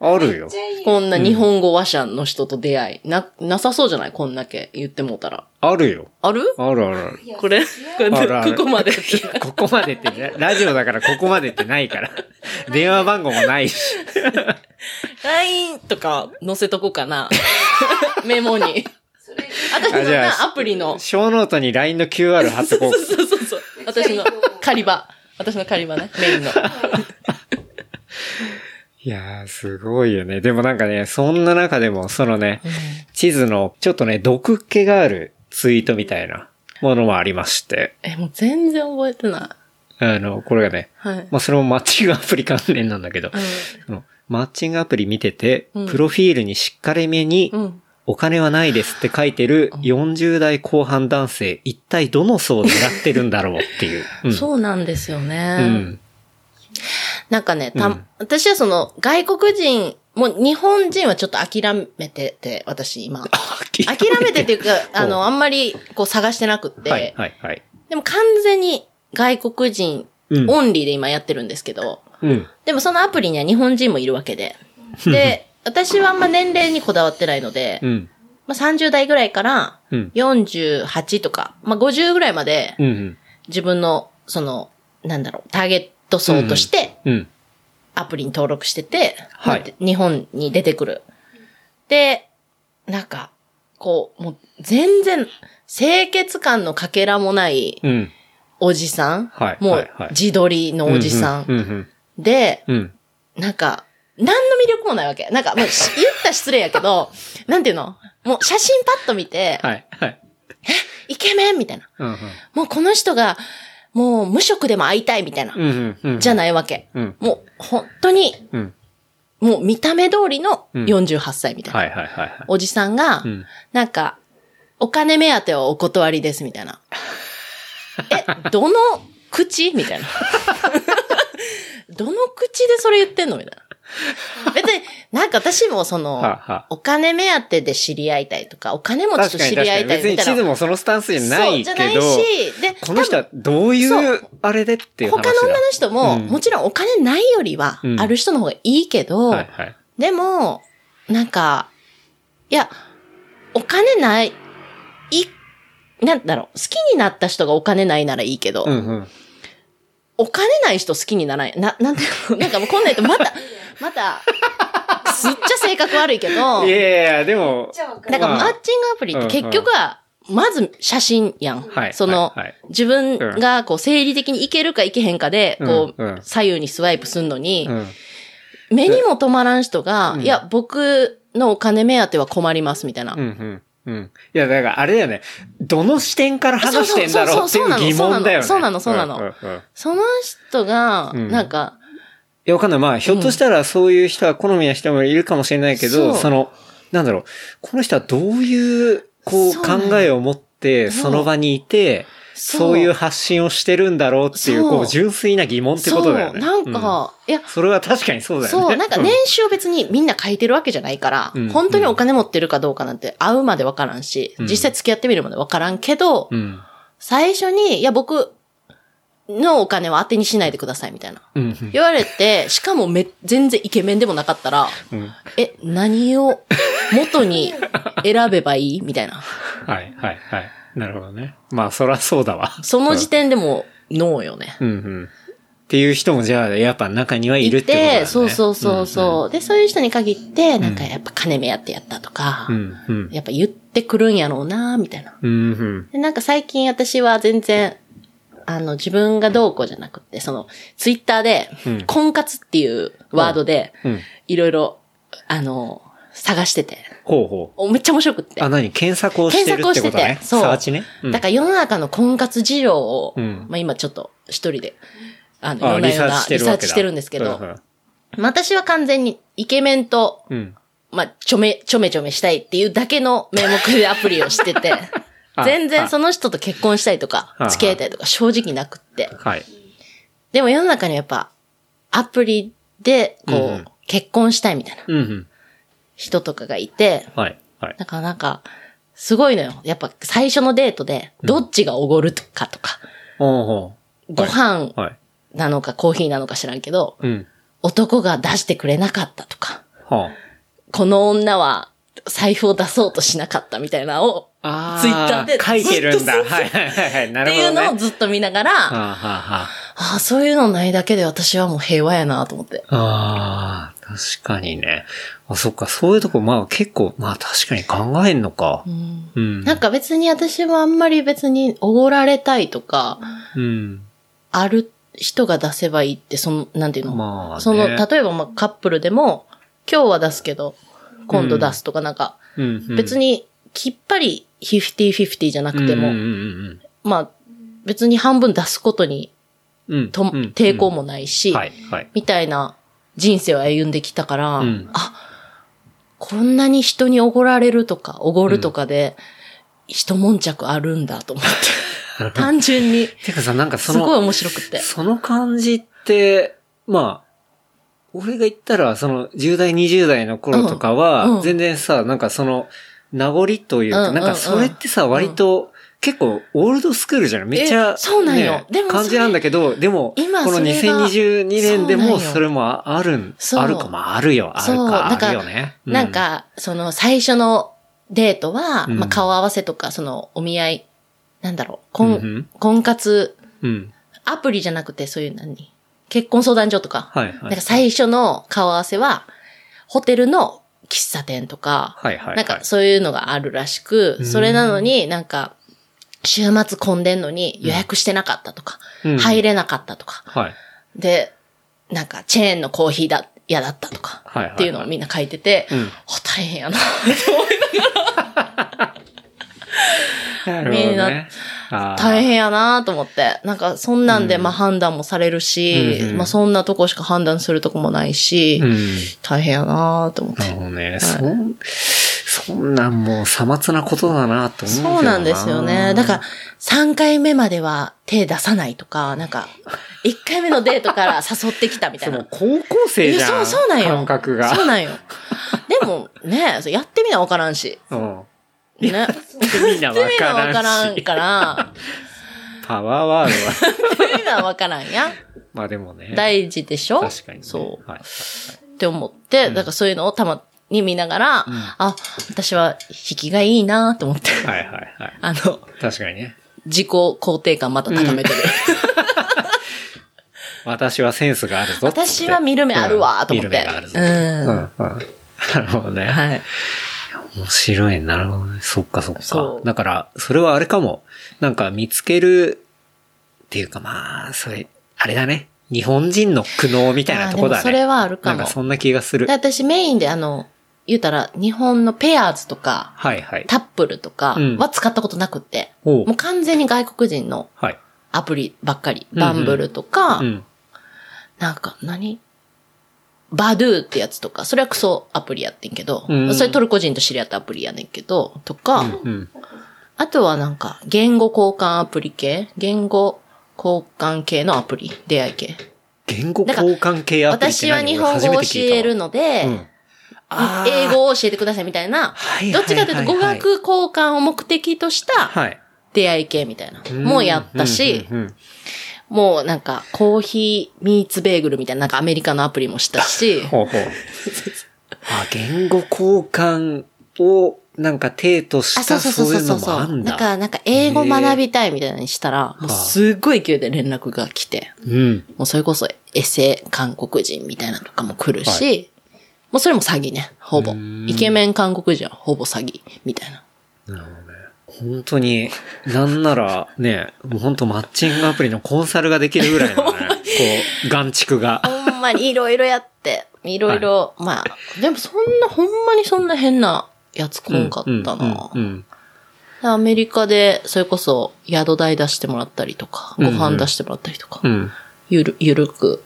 あるよ。 (laughs) こんな日本語話者の人と出会い。な、なさそうじゃないこんだけ言ってもうたら。あるよ。あるあるあるある。これ、これあるあるここ (laughs) まで。 (laughs) ここまでってね、ラジオだからここまでってないから。電話番号もないし。 LINE とか載せとこうかな。 (laughs) メモに。私のあじゃあなアプリの。小ノートに LINE の QR 貼っとこう。そうそうそう。私の狩り場。私の狩り場ね。メインの。いやー、すごいよね。でもなんかね、そんな中でも、そのね、地図の、ちょっとね、毒気があるツイートみたいなものもありまして、え、もう全然覚えてない。あの、これがね、はい。まあ、それもマッチングアプリ関連なんだけど、そのマッチングアプリ見てて、うんプロフィールにしっかりめにう、ん。お金はないですって書いてる40代後半男性、一体どの層を狙ってるんだろうっていう。う、うんん。そうなんですよね。うん。なんかね、た、うん私はその、外国人、もう日本人はちょっと諦めてて、私今。諦諦めてっていうか、あ (laughs) の、あんまりこう探してなくって、はい、はい、はい。でも完全に外国人、うんオンリーで今やってるんですけど、うん。でもそのアプリには日本人もいるわ (laughs) けで。で、私はあんま年齢にこだわってないので、うん。まあ、30代ぐらいからうん。 48とか、まあ、50ぐらいまでうん。うん。自分の、その、なんだろう、ターゲット層として、うん。アプリに登録してて、はい日本に出てくる。で、なんか、こう、もう全然、清潔感のかけらもないうん。おじさん。はいもはういはい自撮りのおじさん。うんうん。で、うんうん。なんか、何の魅力もないわけ。なんか、もうし言ったら失礼やけど、 (laughs) なんていうのもう写真パッと見て、はい。はい。イケメンみたいな。うんうんもうこの人が、もう無職でも会いたいみたいな。うんうん。うん。じゃい。ないわけ。うん。もう本当に、うん。もう見た目通りのうん48歳みたいな。はいはいはいはい。おじさんが、うん。なんか、お金目当てはお断りですみたいな。え、どの口みたいな。 (laughs) どの口でそれ言ってんのみたいな。別に、なんか私もその、はあはあお金目当てで知り合いたいとか、お金持ちと知り合いたい別みにたいな。地図もそのスタンスじゃなそういじけゃないど、し、で、この人はどういそうあれでっていう話他だ。の女の人も、うんもちろんお金ないよりは、うんある人の方がいいけど、はいはい。でも、なんか、いや、お金ない、い、なんだろう、好きになった人がお金ないならいいけど、うんうん。お金ない人好きにならない。な、なんていうのなんかもうこんなん言うとまた、 (laughs) また、すっちゃ性格悪いけど、いやいやいや、でも、なんかマッチングアプリって結局は、まず写真やん。はい。その、はいはい自分がこう生理的にいけるかいけへんかで、こう、うんうん左右にスワイプすんのに、うん。目にも止まらん人が、うんいや、僕のお金目当ては困ります、みたいな。うんうん。うん。いや、だからあれだよね。どの視点から話してんだろうってそいうそううそう疑問だよね。そうなのそうなのんそうなのんうんいその人が、うんなんか、や、わかんない。まあ、ひょっとしたらそういう人は好みな人もいるかもしれないけそうど、その、なんだろう。この人はどういう、こう、そうなの考えを持って、そうその場にいて、そういう発信をしてるんだろうっていう、そうこう、純粋な疑問ってことだよね。そう、なんうか、いやん、、それは確かにそうだよね。そう、なんか年収を別にみんな書いてるわけじゃないから、うん本当にお金持ってるかどうかなんて会うまでわからんし、うん実際付き合ってみるまでわからんけど、 (laughs) うん。最初に、いや、僕のお金は当てにしないでください、みたいな。うん。うん。言われて、しかもめ、全然イケメンでもなかったら、うんえ、何を元に選べばいいみたいな。はい、はい、はい。なるほどね。まあ、そらそうだわ。その時点でもう、ノーよね。うんうん。っていう人もじゃあ、やっぱ中にはいるってことだよね。そうそうそうそう。で、そういう人に限って、なんかやっぱ金目やってやったとか、うん。うんうん。やっぱ言ってくるんやろうな、みたいな。うんうん。で、なんか最近私は全然、あの、自分がどうこうじゃなくて、その、ツイッターでうん、婚活っていうワードで、うん。いろいろ、あの、探してて。ほうほおめっちゃ面白くって。う。あ、何検索をしてるってことね検索をして。てそうサーチね。うんだから世の中の婚活事情を、うんまあ今ちょっと一人で、あの、いあろんなリよサーうチなしてリるサわーけチだ。してるんですけど、うんまあ私は完全にイケメンと、うん。うんまあ、ちょめ、ちょめちょめしたいっていうだけの名目でアプリをしてて (laughs) あ、全然その人と結婚したいとかあ、付き合いたいとか正直なくって。はい。でも世の中にはやっぱ、アプリで、こう、うんうん結婚したいみたいなうんうん。人とかがいて、はい。はい。だからなんか、すごいのよ。やっぱ最初のデートで、どっちがおごるかとか、おうほご飯う。はい。なのかコーヒーなのか知らんけど、うん。男が出してくれなかったとか、はこの女は財布を出そうとしなかったみたいなのを、あ。ツイッターで書いてるんだ。ずはっいとはいはいはい。なっるてほいどうね。のをずっと見ながら、あはあはあはあ、そういうのないだけで私はもう平和やなと思って。あ。ああ、確かにね。あ、そっか、そういうとこ、まあ結構、まあ確かに考えんのかう。んうん。なんか別に私はあんまり別におごられたいとか、うん。ある人が出せばいいって、その、なんていうの、まあ、ね。その、例えばまあカップルでも、今日は出すけど、今度出すとかなんか、別ににきっぱり50-50じゃなくても、うんうんまあ別に半分出すことにうんうん、と、うんうん抵抗もないし、はい、はい。みたいな人生を歩んできたから、うんあ、こんなに人におごられるとか、おごるとかで、一悶着あるんだと思 (laughs) って。単純に、てかさ、なんかそすごいの、面白くて。その感じって、まあ、俺が言ったら、その、10代、20代の頃とかうんうはん、全然さ、なんかその、名残といううんうか、んうんなんかそれってさ、割と、結構、オールドスクールじゃないめっちゃ、えそうなんよねでもそれ感じなんだけど、でも、こ今のそれが2022年でそうも、なんよそれもああるん、そうあるかも、あるよ、あるそうかな、んかあるよね。うなん、か、その最初のデートは、うんまあ顔合わせとか、そのお見合い、なんだろうう、婚、ん、婚活、うん。アプリじゃなくて、そういう何結婚相談所とか、はい、なはんいか。最初の顔合わせは、ホテルの喫茶店とか、はいはいはい。なんかそういうのがあるらしく、うんそれなのになんか、週末混んでんのに予約してなかったとか、うん入れなかったとか、はい。で、なんかチェーンのコーヒーだ、嫌だったとか、はいはいはいっていうのをみんな書いてて、うんあ大変やな。 (laughs) なるほみんどなね。あー大。変やなと思って。なんか、そんなんで、うんまあ判断もされるし、うんうんまあそんなとこしか判断するとこもないし、うん。大変やなと思ってな。るほどね。そん、そんなんもう、さまつなことだなと思うけどそうなんですよね。だから、3回目までは手出さないとか、なんか、1回目のデートから誘ってきたみ (laughs) たそいのな。高校生いじやゃそん。う、そうなんよ。感覚が。そうなんよ。でも、ね、そうやってみなわからんし。うん。 (laughs) ね。やってみんなわみなわかかららんんし。から、パワーワードは。 (laughs) やってみなわからんやん。まあでもね。大事でしょ確かにね。そう。はい。って思って、んだからそういうのをたまに見ながら、うんあ、私は引きがいいなと思って、 (laughs) はいはいはい。あの、確かにね。自己肯定感また高めてる。私はセンスがあるぞっつって。私は見る目あるわと思ってうん見る目があるぞ。うんうんうんなるほどね。はい。面白い。なるほどね。そっかそっそか。うだから、それはあれかも。なんか見つけるっていうかまあ、それ、あれだね。日本人の苦悩みたいなとこだね。あーでもそれはあるかもなんかそんな気がするで。私メインであの、言うたら日本のペアーズとか、はいはい。タップルとかうんは使ったことなくて、おうもう完全に外国人のはい。アプリばっかり。うんうんバンブルとか、うん。なんか何バドゥってやつとか、それはクソアプリやってんけど、うんそれトルコ人と知り合ったアプリやねんけど、とか、うん。あとはなんか、言語交換アプリ系言語交換系のアプリ出会い系。言語交換系アプリって私は何日本語を教えるの。ので、うんあー英語を教えてくださいみたいな、はいどっちかというと語学交換を目的としたはい。出会い系みたいな、もうやったし、うんうんうんもうなんかコーヒーミーツベーグルみたいななんかアメリカのアプリもした (laughs) し、ほ (laughs) うほう。あ、言語交換を、なんか、手とした、そういうのもあんだだ。から、なんか、英語学びたいみたいなのにしたら、もうすっごい勢いで連絡が来て、うん。もうそれこそエセ韓国人みたいなのとかも来るし、はもうそれも詐欺ね、ほぼうー。んイケメン韓国人はほぼ詐欺、みたいな。なるほどね。本当に、なんなら、ね、もう本当マッチングアプリのコンサルができるぐらい (laughs) のね、こう、眼蓄が。ほんまにいろいろやって、いろいろ、まあ、でもそんな、ほんまにそんな変なやつ来んかったな。うん。うんアメリカで、それこそ宿代出してもらったりとか、ごうんう飯ん出してもらったりとか、うん。ゆる、ゆるく、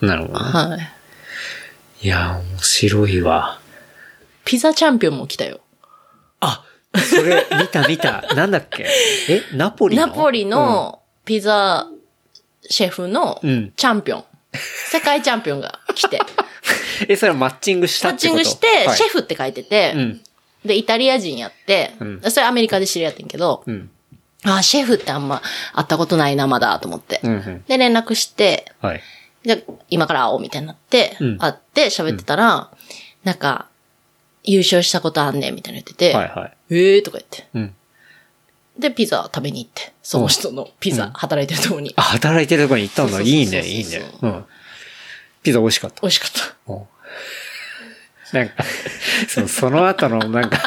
なるほどね。はい。いや、面白いわ。ピザチャンピオンも来たよ。あ、それ、見た見 (laughs) た。なんだっけえ、ナポリのナポリ、のピザシェフのうんうん。チャ (laughs) ンピオン。世界チャンピオンが来て、え、それはマッチングしマたッってチこンとグして、シェフって書いてて、はいうん。で、イタリア人やって、うんそれアメリカで知り合ってんけど、うん。あー、シェフってあんま会ったことないな、まだ、と思って。うんうん。で、連絡して、はい。じゃあ今から会おう、みたいになって、うん会って喋ってたら、なんか、優勝したことあんねん、みたいな言ってて、はいはい。ええーとか言って。うん。で、ピザ食べに行って、その人のピザ、うん働いてるとこにあ、働いてるとこに行ったんそうだ。そういそうそういね、いいね。うん。ピザ美味しかった。美味しかった。うんなんか、そのその後のなんか、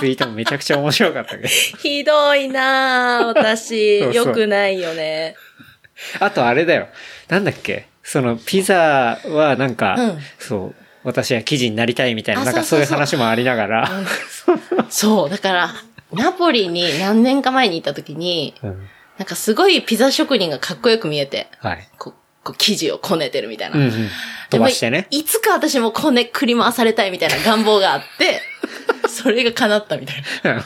ツイートもめちゃくちゃ面白かったけど。ひどいなぁ、私。そうそうよくないよ (laughs) ね。あとあれだよ。なんだっけそのピザはなんか、うんそう、私は記事になりたいみたいな、あなんかそそうういそううそう話もありながら。そう、だから、ナポリに何年か前に行った時に、うんなんかすごいピザ職人がかっこよく見えて、はい。ここう生地をこねてるみたいな。うんうん。飛ばしてね。でもいつか私もこねくり回されたいみたいな (laughs) 願望があ (laughs) って、それが叶ったみたいな。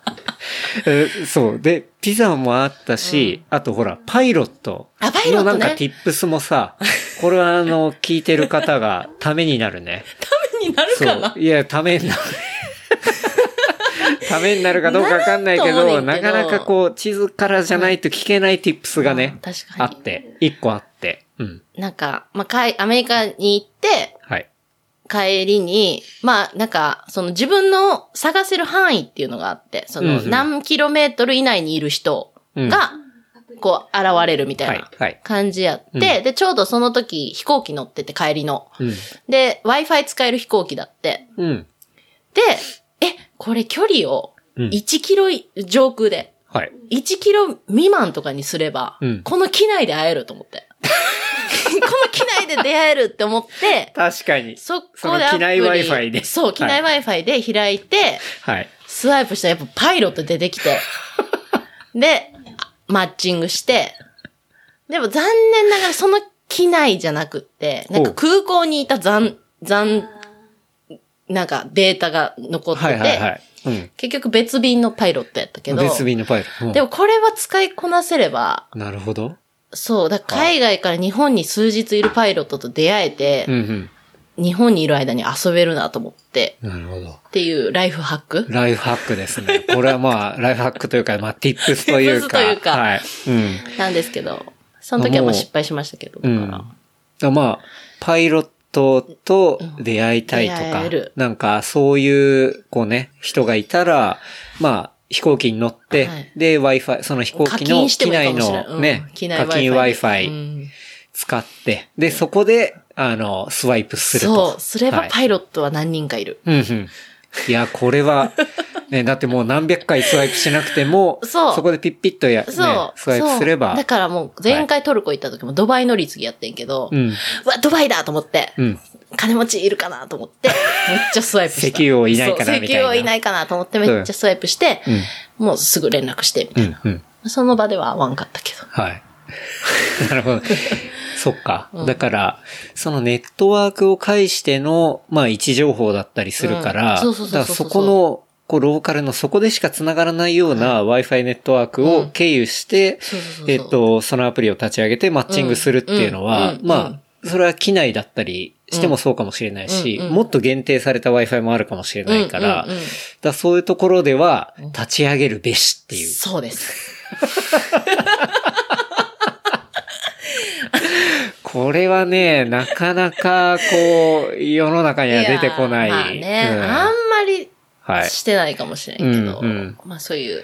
(laughs) えそう。で、ピザもあったし、あとほら、パイロット。あパイロットねのなんか、ティップスもさ、これはあの、聞いてる方がためになるね。ためになるそかなう。いや、ためになる。 (laughs) ためになるかどうかわかんないけなるとど、思うねんなけどかなかこう、地図からじゃないと聞けないティップスがね、うん確かにあって、一個あって。うん。なんか、まあかい、アメリカに行って、はい。帰りに、まあ、なんか、その自分の探せる範囲っていうのがあって、そのうんうん何キロメートル以内にいる人うんが、こう現れるみたいなはいはい感じやって、うで、ちょうどその時飛行機乗ってて帰りの。うん。で、Wi-Fi 使える飛行機だって。うん。で、え、これ距離をうん1キロい上空で、はい。 1キロ未満とかにすれば、うんこの機内で会えると (laughs) 思って。この機内で出会えるって思って、確かに。そこそのでアプリ機内 Wi-Fi でそう、機内 Wi-Fi で開いて、はい。スワイプしたらやっぱパイロット出て (laughs) きて、で、マッチングして、でも残念ながらその機内じゃなくって、なんかおう空港にいた残、残、なんかデータが残ってて、はいはいはい。うん。結局別便のパイロットやったけど、別便のパイロットうん。でもこれは使いこなせれば、なるほど。そう、だから海外から日本に数日いるパイロットと出会えてう、ん日本にいる間に遊べるなと思って、うん。なるほど。っていうライフハックライフハックですね。これはまあ、ライフハックというか、まあ、ティップスという tips か。というかはい。うん。なんですけど、その時はまあ失敗しましたけど、うだん。だからからまあ、パイロットと出会いたいとうん出会かえる、なんかそういう、こうね、人がいたら、まあ、飛行機に乗って、はいで、Wi-Fi、その飛行課機の金して機もいいか内もしれない。のね、うん課機金内 Wi-Fi うん使って、で、そこで、あの、スワイプすると。そう、すればはいパイロットは何人かいる。うんうん。いや、これ (laughs) は、ね、だってもう何百回スワイプしなくても、そうこでピッピッとや、ね、スそう。ワイプすればそう、だからもう、前回トルコ行った時もドバイ乗り継ぎやってんけど、うん、うわ、ドバイだと思って、うん、金持ちいるかなと思って、めっちゃスワイプした。石油王いないかなそみたういな石油王いないかなと思ってめっちゃスワイプして、うん、もうすぐ連絡して、みたういん、うん。な。その場では会わんかったけど。はい。 (laughs) なるほど。そっか。だから、そのネットワークを介しての、まあ位置情報だったりするから、うんそうそうそうそうだからそこの、こう、ローカルのそこでしか繋がらないような Wi-Fi ネットワークうをん経由して、そうそうそうそうえっと、そのアプリを立ち上げてマッチングするっていうのうんはう、んうまんあ、それは機内だったりしてもそうかもしれないしうんう、んもっと限定された Wi-Fi もあるかもしれないから、うんうんうだんからそういうところでは、立ち上げるべしっていう。そうです。これはね、なかなか、こう、世の中には出てこない。やまあね、うんあんまりはい。してないかもしれんけど、うんうんまあそういう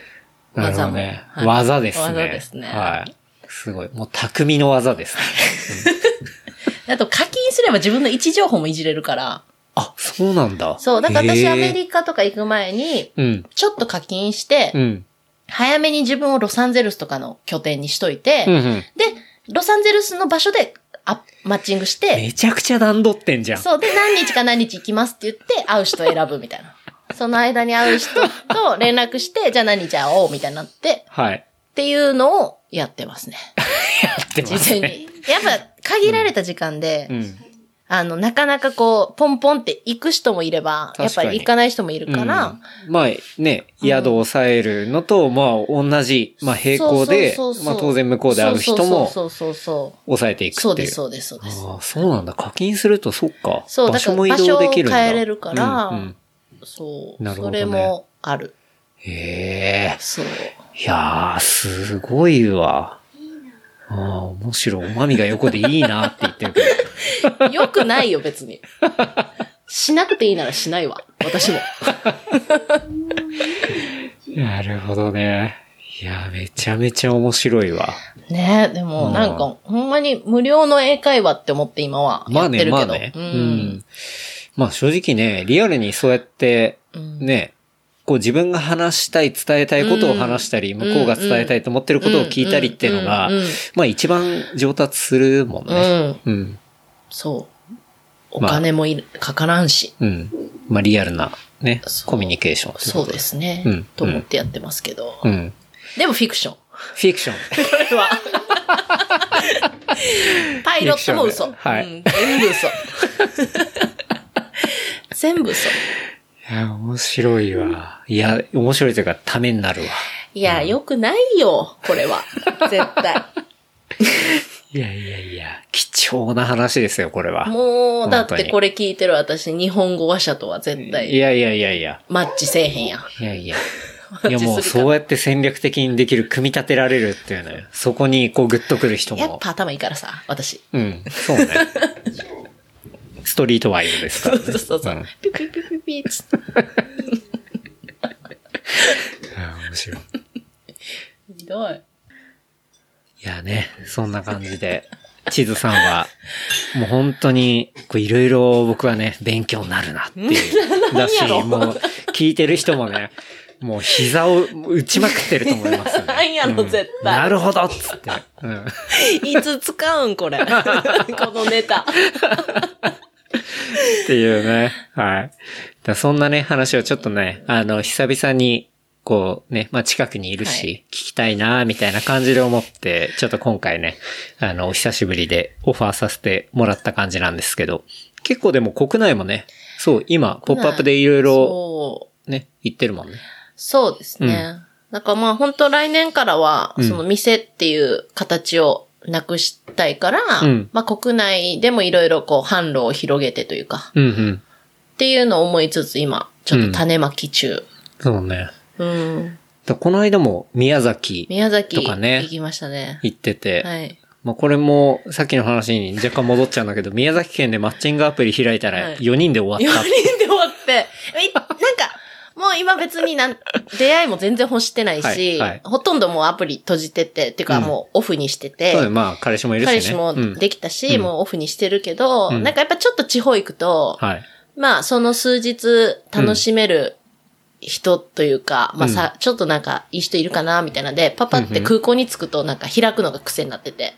なるほ技ども。ね。はい技ですね。技ですね。はい。すごい。もう匠の技 (laughs) ですね。あと課金すれば自分の位置情報もいじれるから、あ、そうなんだ。そう、だからへ私ーアメリカとか行く前に、うん。ちょっと課金して、うん。早めに自分をロサンゼルスとかの拠点にしといて、うんうん。で、ロサンゼルスの場所であマッチングして、めちゃくちゃ段取ってんじゃん。そう、で、何日か何日行きますって言って、会う人選ぶみたいな。その間に会う人と連絡して、じゃあ何日会おうみたいになって、はい。っていうのをやってますね。 (laughs) やってま事す前ね。に。やっぱ、限られた時間で、うん。あの、なかなかこう、ポンポンって行く人もいれば、やっ確ぱかにり行かない人もいるから、うんまあね、宿を抑えるのと、まあ同じ、まあ並行でそうそうそう、そまうあ当然向こうで会う人もそうそうそうそう抑えていくっていう。そう。そうです、そうです、そうです。ああ、そうなんだ。課金すると、そっか。そう場所だからも移動できるんだ。場所を変えれるからうんうんそう。なるほどねそれもある。へえ。そう。いやー、すごいわ。ああ、むしろおまみが横でいいなって言ってるけど。よくないよ、別に。しなくていいならしないわ。私も。 (laughs) なるほどね。いやー、めちゃめちゃ面白いわ。ねえ、でも、なんか、ほんまに無料の英会話って思って今はまやあってるね、けど。まあね。う。うんん。まあ正直ね、リアルにそうやって、ね、こう自分が話したい、伝えたいことを話したり、向こうが伝えたいと思ってることを聞いたりっていうのがうんうんうんうん、まあ一番上達するもんうね。ん。うん。そう。おまあ金もいる、かからんし。うん。まあ、リアルな、ねそ、うコミュニケーションそうで。すね。うんと思ってやってますけど。うん。でもフィクション。フィクション。パイロットも嘘。フィクションではいうん全部嘘。 (laughs) 全部嘘。いや、面白いわ。いや、面白いというか、ためになるわ。いや、良くないよ、これは。絶 (laughs) 対。いやいやいや、貴重な話ですよ、これは。もう、だっ本当てにこれ聞いてる私、日本語話者とは絶い対、やいやいやいや。マッチせえへんやん。いやいや。マいッやチするかもうそうやって戦略的にできる、組み立てられるっていうのよ。そこにこうグッとくる人やっも。ぱ頭いいからさ、 (laughs) 私。うん、そうね。ストリートワイドですからそうね。そうそう。んピピピピピつっていや面白い。ひどい。いやね、そんな感じで、地図さんは、もう本当に、こういろいろ僕はね、勉強になるなっていう。だし、 (laughs) 何やろもう、聞いてる人もね、もう膝を打ちまくってると思います、ね。 (laughs) 何やろうん絶対なるほどっつって。うん。いつ使うん (laughs) これ。このネタ。っていうね。はい。だそんなね、話をちょっとね、あの、久々に、こうね、まあ、近くにいるし、聞はきたいな、みたいな感じで思って、ちょっと今回ね、あの、お久しぶりでオファーさせてもらった感じなんですけど、結構でも国内もね、そう、今、ポップアップでいろいろそう。ね、言ってるもんね。そうですね。なんかまあ本当来年からはう、んその店っていう形をなくしたいから、うんまあ国内でもいろいろこう販路を広げてというか、うんうん。っていうのを思いつつ今、ちょっと種まき中。そうね。うん。だこの間も宮崎宮と崎かね行きましたね。行ってて、はい。まあこれもさっきの話に若干戻っちゃうんだけど、宮崎県でマッチングアプリ開いたはらい4人で (laughs) 終4わった人ってで終わって、えなんか、もう今別になん、 (laughs) 出会いも全然欲してないし、はいはいほとんどもうアプリ閉じてて、っていうかうんもうオフにしてて、そうだよまあ、彼氏もいるしね。彼氏もうんできたし、うんもうオフにしてるけど、うんなんかやっぱちょっと地方行くと、はい。まあその数日楽しめる人というか、まあさ、ちょっとなんかいい人いるかなみたいなんで、パパっうんうてん空港に着くとなんか開くのが癖になってて、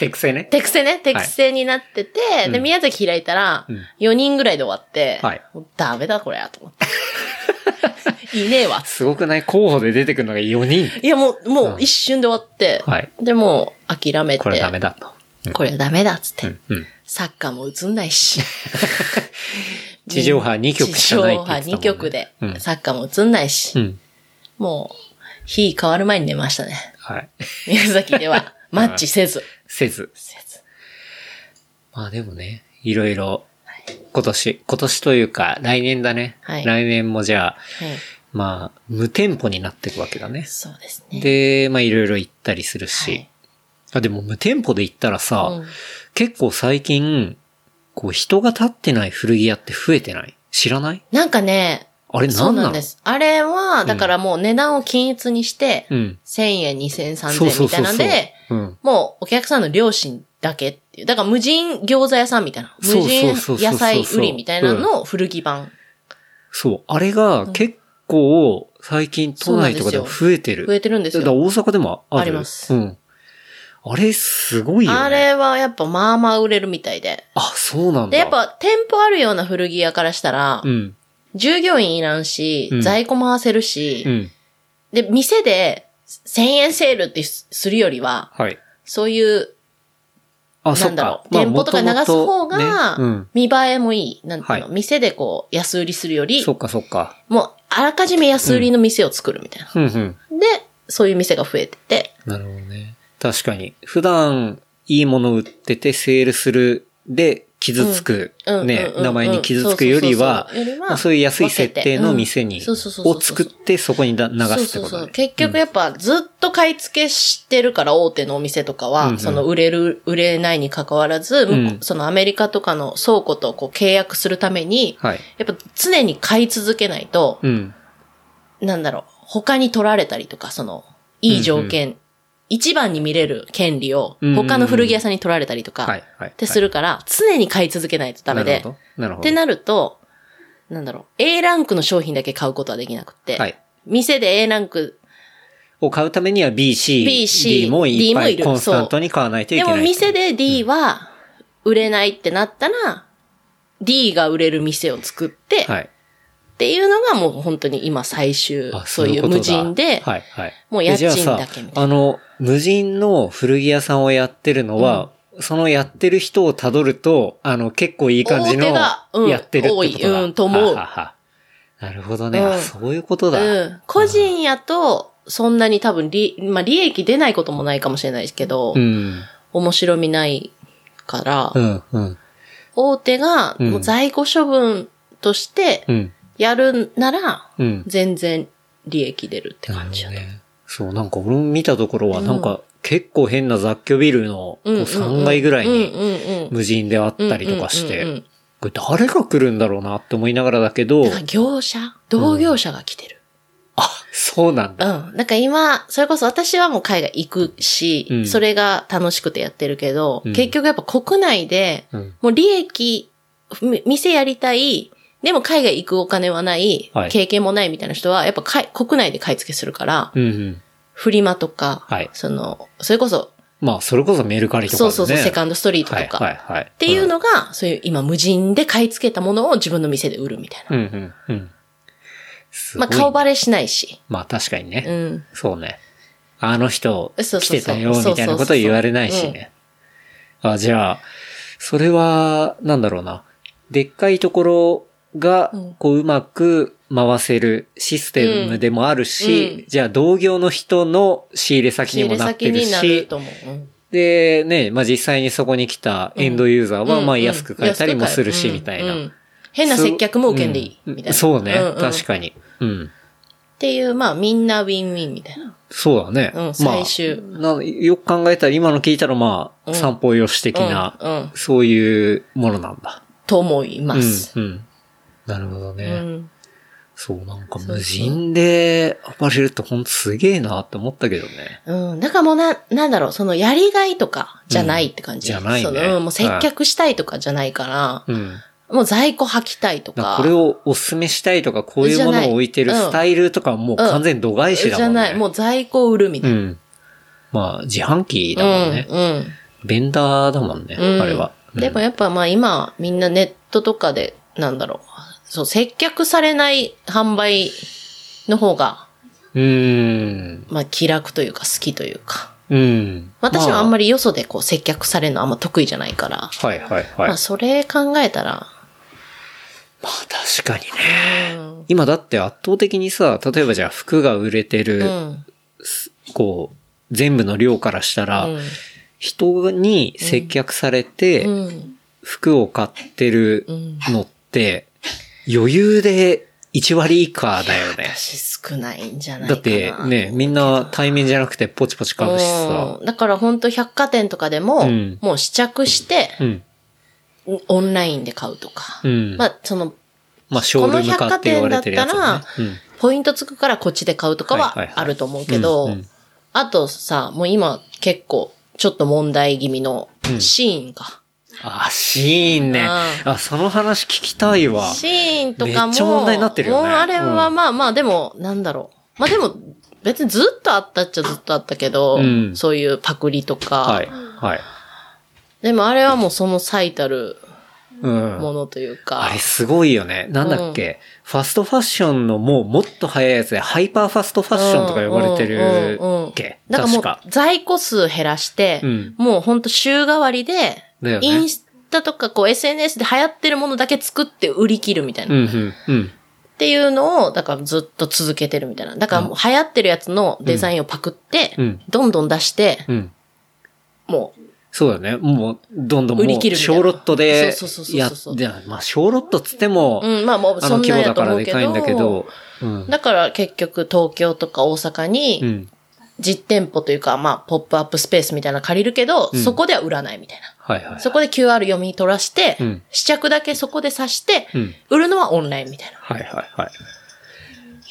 手癖ね。手癖ね、手癖になってて、いでうん宮崎開いたらうん、 4人ぐらいで終わって、はいもうダメだこれやと思って。いねえ (laughs) わ。すごくない候補で出てくるのが4人。いやもう、もううん一瞬で終わって、はい。でもう諦めて、これダメだと。これダメだっつって、うん。うん。サッカーも映んないし。 (laughs) 地上波2曲しかないって言ってたもんね地上波2曲でう、んサッカーも映んないし、うん。もう、日変わる前に寝ましたね。はい。宮 (laughs) 崎では、マッチせず。せず。せずまあでもね、いろいろ、今年、今年というか、来年だね。はい来年もじゃあ、はいまあ、無店舗になっていくわけだね。そうですね。で、まあいろいろ行ったりするし。はいあでも無店舗で行ったらさ、うん結構最近、こう人が立ってない古着屋って増えてない知らないなんかね、あれそう何なのなんです。あれは、だからもう値段を均一にして、うん。 1000円、2000円、3000円みたいなんで、う。うん。もうお客さんの良心だけっていう。だから無人餃子屋さんみたいな。無そうそう人そうそうそう野菜売りみたいなのを古着版そう。あれが結構最近都内とかでも増えてる。増えてるんですだからよ。大阪でもあるありますうん。あれすごいよね。あれはやっぱまあまあ売れるみたいで。あ、そうなんだ。で、やっぱ店舗あるような古着屋からしたら、うん。従業員いらんし、うん在庫回せるし、うん。で、店で1000円セールってすするよりは、はい。そういう、あ、なそんっだろかう、。店舗とかに流す方が、まあ元々ね見栄えもいい。なんていうの、は店でこう、安売りするようん。りそ、っかそっか。もう、あらかじめ安売りの店を作るみたいな。うんうん。で、そういう店が増えてて、なるほどね。確かに。普段、いいもの売ってて、セールする、で、傷つく、うんうんねう、ん名前に傷つくよりはそうそうそうそうよりは、まあそういう安い設定の店分に、けてうんそうそうそうそうを作って、そこにだ流すってそうこそとうそう。ね。結局やっぱずっと買い付けしてるから大手のお店とかは、うんうんその売れる、売れないに関わらず、ん向こうそのアメリカとかの倉庫とこう契約するために、はい。やっぱ常に買い続けないと、うん。なんだろう、他に取られたりとか、その、いい条件、一番に見れる権利をうんうんうん他の古着屋さんに取られたりとか、はい。はい。ってするから、常に買い続けないとダメなでる、ほど。なるっほど。てなると、なんだろう、A ランクの商品だけ買うことはできなくって、はい。店で A ランクを買うためには B、C、 B C D もい D っもぱいいるコンスタントに買わないといでけない。も店で D は売れないってなったら、D が売れる店を作って、はい。っていうのがもう本当に今最終、あそういうこと無だ人で、はい。はい。もうえ家じゃあ賃さだけみたいあの、無人の古着屋さんをやってるのは、そのやってる人をたどると、あの、結構いい感じの、大手がうんやってるってことだ多いうんと思うはははなるほどね、うんあそういうことだ。な。うん。個人やと、そんなに多分利、まあ利益出ないこともないかもしれないけど、うん。面白みないから、うん。うん。大手がうんもう在庫処分としてうん。やるなら、うん。全然利益出るって感じやなね。るほどね。そう、なんか俺も見たところは、なんか、結構変な雑居ビルの、こううんうんうん3階ぐらいうんにうんうん無人であったりとかしうんうんうんうて、んこれ誰 (laughs) が来るんだろうなって思いながらだけど、なんか業者同業者が来てる。あ、そうなんだ。うん。なんか今、それこそ私はもう海外行くし、うんそれが楽しくてやってるけど、うん結局やっぱ国内で、うん。もう利益、み店やりたい、でも海外行くお金はない、はい経験もないみたいな人は、やっぱかい国内で買い付けするから、うんうん。フリマとか、はいその、それこそ、まあ、それこそメルカリとかそね。うそうそう、セカンンドストリートとか、はいはいはい。っっていうのが、そういう今無人で買い付けたものを自分の店で売るみたいな。うんうんうん。すごまあい顔バレしないし。まあ確かにね。うん。そうね。あの人そうそうそ来うてたよみたいなこと言われないしね。あ、じゃあ、それは、なんだろうな。でっかいところがうん、こう、うまく回せるシステムでもあるし、うんうんじゃあ、同業の人の仕入れ先仕に入もれなっ先てるになしる、と思う。うんで、ね、まあ、実際にそこに来たエンドユーザーは、うんまあ、うん安く買えたりもするし、安みくた買えいるうんうな。ん変な接客も受けんでいい。みたいな。うんそうね、んん確っかに。うん。ていう、まあみんなウィンウィンみたいな。そうだね。うんまあ最終なよく考えたら、今の聞いたら、まあ、うん散歩よし的な、うん。うんそういうものなんだ。と思います。うん、うん。なるほどね。うんそう、なんかそうそう無人でアパレルってほんとすげえなって思ったけどね。うん。なんかもうな、なんだろう、そのやりがいとかじゃないって感じ。うんじゃないねそのうんもう接客したいとかじゃないから、うん。もう在庫履きたいとなんかこか。れをおすすめしたいとか、こういうものを置いてるじゃないうスんタイルとかもう完全に度外視だじもゃんね。ない、もう在庫を売るみたういな。ん。まあ、自販機だもんね。うん。うん。ベンダーだもんね、うんあれは。うんでもやっぱまあ今みんなネットとかでなんだろう。そう、接客されない販売の方が、うーん。まあ気楽というか好きというか。うん。私はあんまり。りよそでこう接客されるのあんま得意じゃないから。はいはいはい。まあそれ考えたら、まあ確かにね。うん。今だって圧倒的にさ、例えばじゃあ服が売れてる、うん。こう、全部の量からしたら、うん人に接客されうて、ん。服を買ってるうん。のって、余裕で1割以下だよね。私少ないんじゃないかだな。ってね、みんな対面じゃなくてポチポチ買うしさう。ん。だから本当百貨店とかでも、うんもう試着して、うん。オンラインで買うとか。うん。まあその、まあ、ショールーム化って言われてるやつこのだね百貨。うんポイントつくからこっちで買うとかはいはいははいあると思うけど、うんうんあとさ、もう今結構ちょっと問題気味のうんシーンか。あ、シーンね。うあ、その話聞きたいわ。シーンとかも。めっちゃ問題になってるよねもうあれはうんまあまあ、でも、なんだろう。まあでも、別にずっとあったっちゃずっとあったけど、うんそういうパクリとか。はい。はい。でもあれはもうその最たるうん。ものというか。あれすごいよね。なんだっけ、ファストファッションのもうもっと早いやつで、ハイパーファストファッションとか呼ばれてるうんうんうんっけ、だからも確うか。在庫数減らして、うんもうほんと週替わりで、だよね。インスタとかこう SNS で流行ってるものだけ作って売り切るみたいな。うんっうんうん。ていうのを、だからずっと続けてるみたいな。だからもう流行ってるやつのデザインをパクって、うんどんどん出して、うん。もそうだね。もう、どんどんもう、売り切るみシたいなョーロットで、そうそうそうそうやそうそういや、まあ、ショーロットっつっても、う、うん、まあもうあそのん規なん模やだとから思うでけかいんど。だけど、うん。だから結局東京とか大阪うにん。実店舗というか、まあポップアップスペースみたいなの借りるけど、うんそこでは売らないみたいな。はいはい。そこで QR 読み取らして、うん試着だけそこで刺して、うん。売るのはオンラインみたいな。はいはいはい。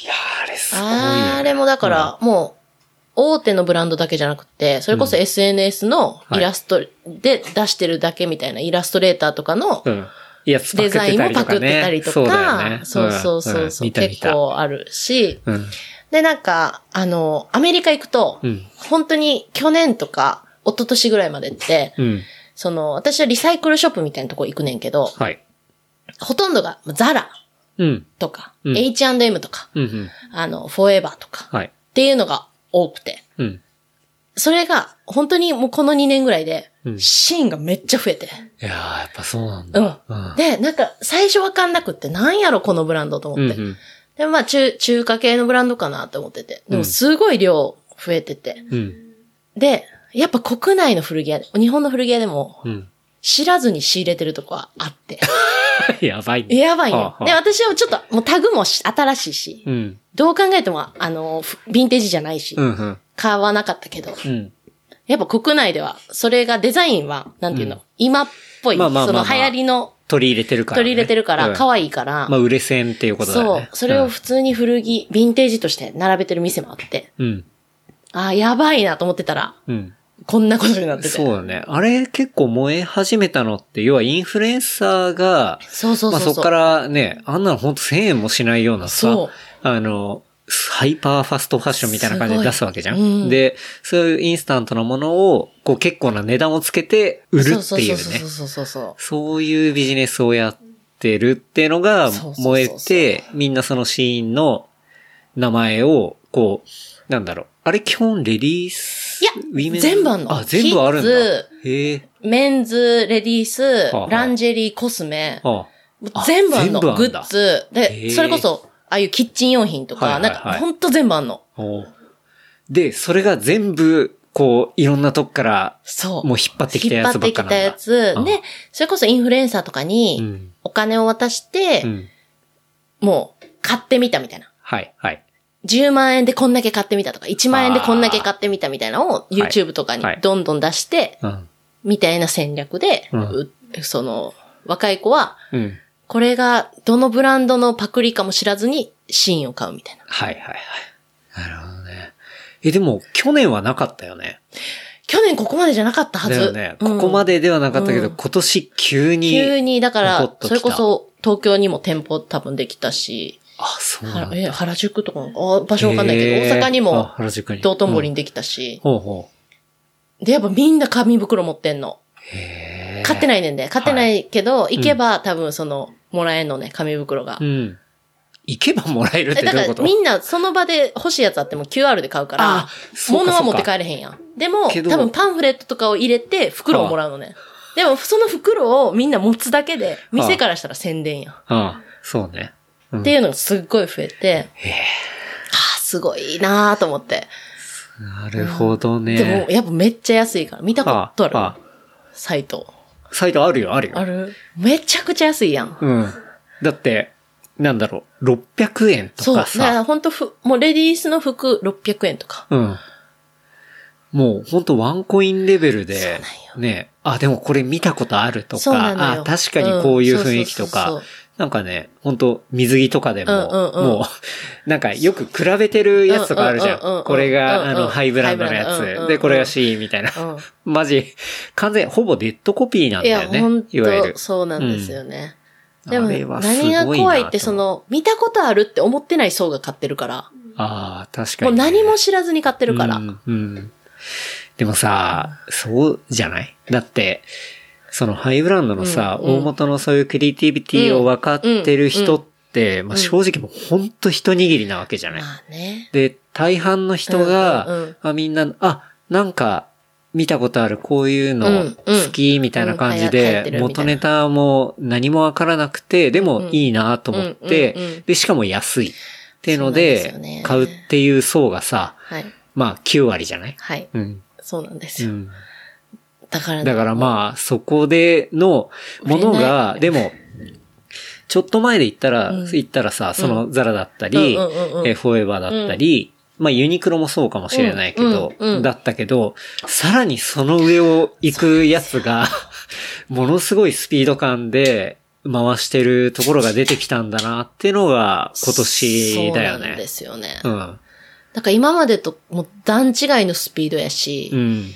いやーあれすごい、ね。あれもだから、もう、大手のブランドだけじゃなくて、それこそう SNS のはいイラストで出してるだけみたいな、イラストレーターとかのうん。いや、スパデクってザインたもりとパかクっね。てたりとそうだよねか、。そうそうそうそう、んん見た見結た。構あるし、うん。で、なんか、あの、アメリカ行くと、うん。本当に去年とか、一昨年ぐらいまでって、うん。その、私はリサイクルショップみたいなとこ行くねんけど、はい。ほとんどが、ザラうん。とか、うん H&M とか、うんうん。あの、フォーエバーとか、はい。っていうのが多くて、うん。それが、本当にもうこの2年ぐらいでうん、シーンがめっちゃ増えて。いやー、やっぱそうなんうだ。ん。で、なんか、最初わかんなくって、なんやろこのブランドとうん。う思んって。うん。で、まあ、中、中華系のブランドかなと思ってて。うでも、んすごい量増えてて。うん。で、やっぱ国内の古着屋で、日本の古着屋でも、うん。 (laughs) 知らずに仕入れてるとこはあって。 (laughs) やばいね。やばいはよあ。はあで、私はちょっと、もうタグもし新しいし、うん。どう考えても、あの、ふヴィンテージじゃないしう、んうん。買わなかったけど、うん。やっぱ国内では、それがデザインは、なんていうの、今っぽい、まあまあまあまあその流行りの取り入れてるから、ね。取り入れてるから、うん可愛いから、まあ、売れ線っていうことだよそね。う、それを普通に古着、ヴィンテージとして並べてる店もあって、うん。あーやばいなと思ってたら、うん。こんなことになってて。そうだね。あれ結構燃え始めたのって、要はインフルエンサーが、そうそうまそあうそそう。っからね、あんなのほんと1000円もしないようなさそう、あの、ハイパーファストファッションみたいな感じすごでい出すわけじゃん。うんで、そういうインスタントなものを、こう結構な値段をつけて売るっていうね。そうそうそうそうそうそういうビジネスをやってるっていうのがそうそうそう燃えて、みんなそのシーンの名前を、こう、なんだろう。あれ基本レディースいやウィメン全部あんのあ、全部あるんだキへッ。え。メンズ、レディースあは、あランジェリー、コスメ、あもうあ全部あん全の。部あんグだッズ。へで、ーそれこそ、ああいうキッチン用品とはか、いはないんはいか、ほんと全部あんの。おうで、それが全部、こう、いろんなとこから、そう。もう引っ張ってきたやつばっかなんだ。引っ張ってきたやうんつ。で、それこそインフルエンサーとかうに、ん。お金を渡してう、ん。もう、買ってみたみたいな。はい、はい。 10万円でこんだけ買ってみたとか、1万円でこんだけ買ってみたみたいなのをい YouTube とかにはいどんどん出して、うん。みたいな戦略で、うんうその、若い子は、うん。これがどのブランドのパクリかも知らずにシーンを買うみたいな。はい、はい、はい。なるほどね。え、でも、去年はなかったよね。去年ここまでじゃなかったはず。だよね。うんここまでではなかったけど、うん今年急に。急に、だポからコッ、と来たそれこそ東京にも店舗多分できたし、あ、そうなはんだ。え原宿とかも、あ場所わかんないけど、へー大阪にあも原宿に。道頓堀うんにできたし、ほうほう。で、やっぱみんな紙袋持ってんの。へ買ってない。ないねんで、買ってないけど、行けば多分その、もらえんのね、紙袋がう。ん。行けばもらえるっえてどだういうかこらとみんなその場で欲しいやつあっても QR で買うからあ、そうか物は持ってそうか帰れへんやん。でも、けど多分パンフレットとかを入れて袋をもらうのね。でも、その袋をみんな持つだけで、店からしたら宣伝やん。っああそうね。うんていうのがすっごい増えて、へえああ、すごいなーと思って。なるほどね。でも、やっぱめっちゃ安いから、見たこあとああるサイト。サイトあるよ、あるよ。あるめちゃくちゃ安いやん。うん。だって、なんだろう、600円とそう。かだかさ。ら本当ふ、もうレディースの服600円とか。うん。もう、ほんとワンコインレベルそうなんでよ、ね、あ、でもこれ見たことあるとそうなのか、よあ、確かにこういう雰囲気とうんそうそうそうかそ、なんかね、ほんと水着とかでも、うんうんうんもう、なんかよく比べてるやつとかあるじゃうんうんうんうんん。これうんが、うんあの、ハイブランドのやハイブランドうんうんつ。で、これが C みたいな。うん。マジ、完全、ほぼデッドコピーなんだいや、よね本。いわゆる当。そうなんですよね。うんであれはも、すごいなと何が怖いって、その、見たことあるって思ってない層が買ってるから、ああ、確かもうにね。何も知らずに買ってるからう。ん、うんでもさ、そうじゃないだって、そのハイブランドのさ、うんうん大元のそういうクリエイティビティを分かってる人って、まあ、正直もうほんと一握りなわけじゃない、まあね。で、大半の人が、うんうんうんあみんな、あ、なんか、見たことある、こういううのんうん好きみたいな感じうん流行っで、てるみた元いなネタも何もわからなくて、でうんもいいなと思ってうんうんうん、で、しかも安いっていうのそうなんですよねで、買うっていう層がさ、はい。まあ9割じゃないはい。うん。そうなんですうよ。ん。だから、だからまあ、そこでのものが、でも、ちょっと前で言ったら、うん言ったらさ、そのザラだったり、うんうんうんうんえーフォーエバーだったり、まあユニクロもそうかもしれないけど、うんうんうんだったけど、さらにその上を行くやつ (laughs) が、ものすごいスピード感で回してるところが出てきたんだなっていうのが今年だよそうなんでね。すよねう。ん。だから今までともう段違いのスピードやし、うん。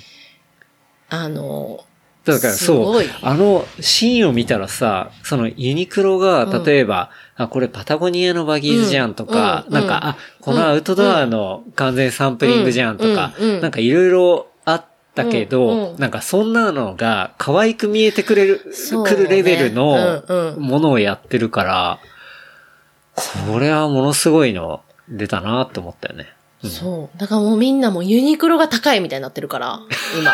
あの、だからすそごうい、あのシーンを見たらさ、そのユニクロが、うん例えば、あ、これパタゴニアのバギーズじゃんとか、うんなんか、うんあ、このアウトドアの完全サンプリングじゃんとか、うんうんなんかいろいろあったけど、うんうんなんかそんなのが可愛く見えてくれる、そうねくるレベルのうんうんものをやってるから、これはものすごいの出たなって思ったよね。うんそう。だからもうみんなもうユニクロが高いみたいになって (laughs) るから、今。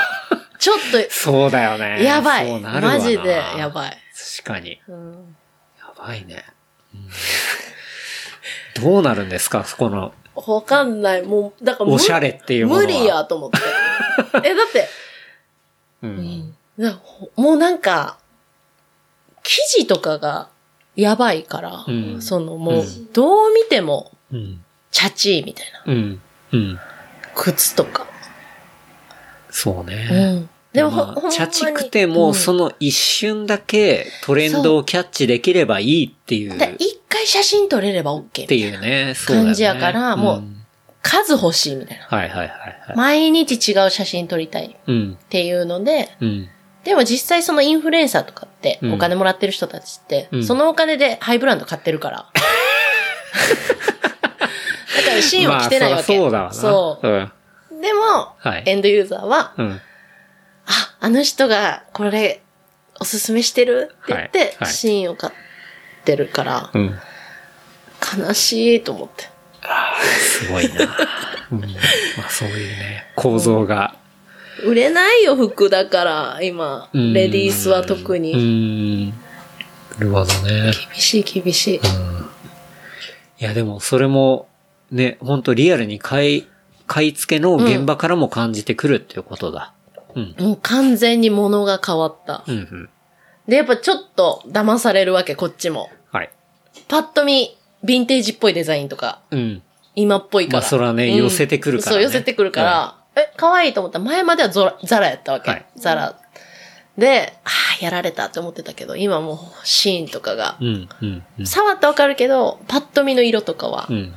ちょっそうだよね。と、やばそい。うなるわなマジでやばい。確かに。うんやばいね。どうなるんですかそ (laughs) この、わかんない。もう、だからおしゃれっていうもの無は。理や (laughs) と思って。え、だって、う。うんんだからもうなんか、記事とかがやばいから、うんそのもう、うんどう見ても、うん。チャチーみたいな。うん。うん。靴とか。そううね。ん。でもほまあほんまに茶ちくても、うんその一瞬だけトレンドをキャッチできればいいっていう。だ一回写真撮れれば OK っみてたいいうな。ね、そうだよね感じやからもうん数欲しいみたいな。はいはいはいはい。毎日違う写真撮りたいっうん、ていうので、うん。でも実際そのインフルエンサーとかって、うんお金もらってる人たちって、うんそのお金でハイブランド買って (laughs) るから。だから芯は着てないわけ。まあそりゃそうそだわな。うでも、はいエンドユーザーは、うん。うん。あ、あの人がこれおすすめしてるって言って、はいはいシーンを買ってるから、うん。悲しいと思って。すごいな。うん。まあそういうね、構造が。売れないよ、服だから、今。うんレディースは特うに。ん。なるほどね。厳しい、厳しい。いやでもそれも、ね、ほんとリアルに買い、買い付けの現場からも感じてくるっていうことだ。うん。もう完全に物が変わったう。ん、うん。で、やっぱちょっと騙されるわけ、こっちも。はい。パッと見、ヴィンテージっぽいデザインとか、うん。今っぽいから。まあそれはね寄せてくるからねそう、寄せてくるから、え、可愛いと思った。前まではゾラザラやったわけ。はいザラ。で、ああ、やられたって思ってたけど、今もうシーンとかがう、ん、うん、うん。触ってわかるけど、パッと見の色とかはう、ん。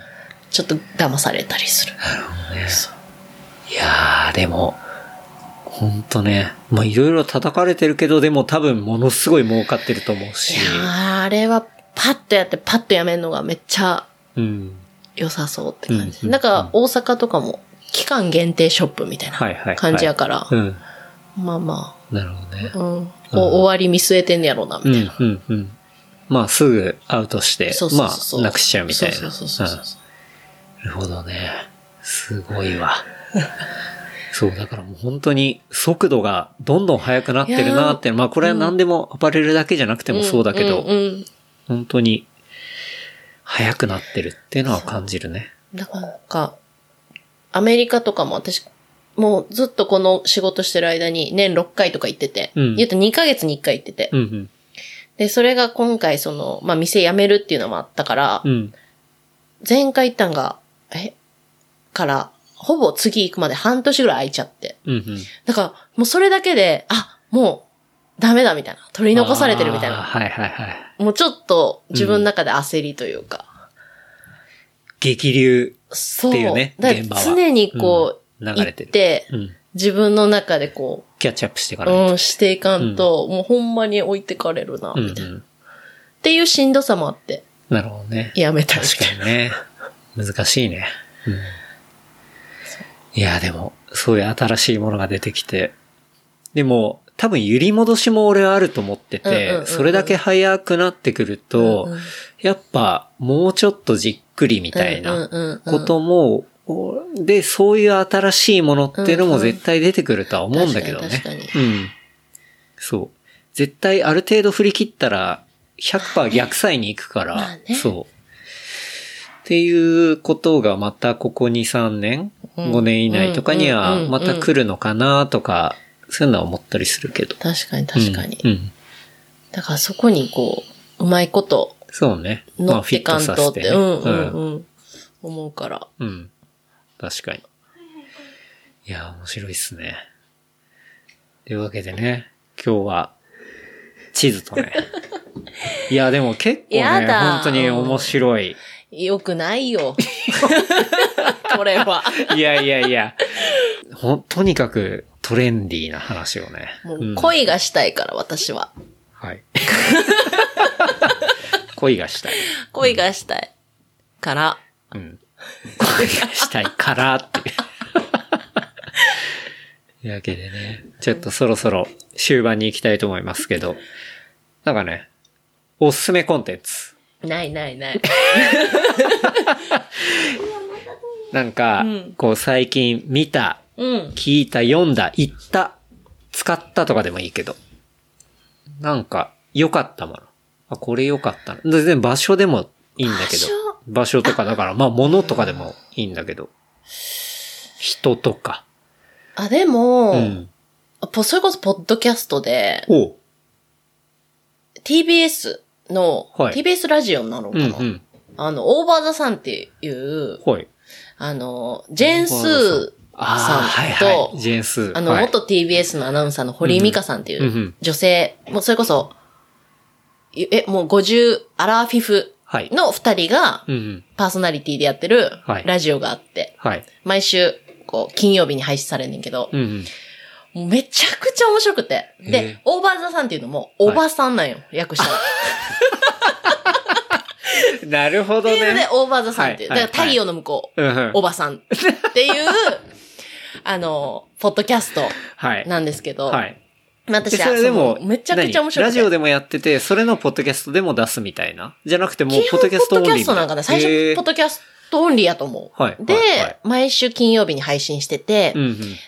ちょっと騙されたりする。なるほどね。いやー、でも、ほんとね、まあいろいろ叩かれてるけど、でも多分ものすごい儲かってると思ういし。やーあれはパッとやってパッとやめるのがめっちゃうん。良さそうって感じ。うんうんだから大阪とかも期間限定ショップみたいはいはいはない感じやから、うん。まあまなるほどねあ、。うん、お終わり見据えてんねやろうな、みうたいんな。、うん、うん。まあすぐアウトしてそう、そまうそうあなくしちゃうみたいな。そうそうそうそうそううんなるほどね。すごいわ。 (laughs) そう、だからもう本当に速度がどんどん速くなってるなって、まあこれは何でもアパレルだけじゃなくてもそうだけど、うんうん本当に速くなってるっていうのは感じるね。うんだからなんか、アメリカとかも私、もうずっとこの仕事してる間に年6回とか行ってて、うん言うと2ヶ月に1回行ってて、うんうん。で、それが今回その、まあ店辞めるっていうのもあったから、うん。前回行ったんが、えから、ほぼ次行くまで半年ぐらい空いちゃって。うんうん。だから、もうそれだけで、あ、もう、ダメだみたいな。取り残されてるみたいあーな。はいはいはい。もうちょっと自分の中で焦りというか。激流。そう。っていうねだから現場は常にこう、うん流行れってるて、うん。自分の中でこ、キャッチアップしていうかないうん、していかんと、もうほんまに置いてかれると。な、うんみうたいな。っん。ていうしんどさもあって、なるほどね。やめたみ確たいかな。にね。難しいね。うん。いや、でも、そういう新しいものが出てきて。でも、多分揺り戻しも俺はあると思ってうんうんうんうて、んそれだけ早くなってくるとうんうん、やっぱもうちょっとじっくりみたいなこことも、おで、そういう新しいものっていうのも絶対出てくるとは思うんだけどね。確かに確うん。そう。絶対ある程度振り切ったら、100%逆サイに行くから、まあねそう。っていうことがまたここ2、3年、うん5年以内とかにうんうんうんはうんまた来るのかなとか、そういうのは思ったりするけど。確かに確かにう。ん。うんだからそこにこう、うまいことそうね。ま乗あっフィてット関させ東ってて、ね。うんうんうん。思うから。うん。確かに。いや、面白いっすね。というわけでね、今日は、地図と (laughs) ね。いや、でも結構ね、やだ本当に面白い。よくな (laughs) いよ。これは。いやいやいや。ほん、とにかくトレンディーな話をね。もんう恋がしたいから、私は。 (laughs) はい。恋がしたい。恋がしたいから。うん。恋がしたいからっていう。というわけでね、ちょっとそろそろ終盤に行きたいと思いますけど、なんかね、おすすめコンテンツ。ないないない。なんか、うんこう最近見た、うん。聞いた、読んだ、言った、使ったとかでもいいけど、なんか良かったもの。あ、これ良かったな。全然場所でもいいんだけど、場所とかだから、まあ物とかでもいいんだけど、人とか。あ、でも、うん。ぽそれこそポッドキャストで、おう TBS の、はい TBS ラジオなのかうんうな、ん。あの、オーバーザさんっていう、はい。あの、ジェーンスーああ、はいとはい。ジェーンスー。あの、はい、元 TBS のアナウンサーの堀井美香さんっていうんううん女性、もうそれこそ、え、もう50、アラフィフはい。の二人がうんうん。パーソナリティでやってるはいラジオがあって、はい。毎週、こう、金曜日に配信されんねんけど、うんうん。もうめちゃくちゃ面白くて。へでえ、オーバーザさんっていうのも、おばさんなんよ、(laughs) 訳したら。 (laughs) なるほどっていうのでね。、オーバーザさんっていう。だはいかはいら太陽の向こう、うんうんおばさんっていう、あの、ポッドキャストはい。なんですけど、はい。まあ私ではそれでもそ、のめちゃくちゃ面白くて。何ラジオでもやってて、それのポッドキャストでも出すみたいな。じゃなくてもう、基ポ本ッドポキャストオッンドリーキみたャいストなんかな最初、ポッドキャストオンリーやと思う。はいはいで、はい毎週金曜日に配信してて、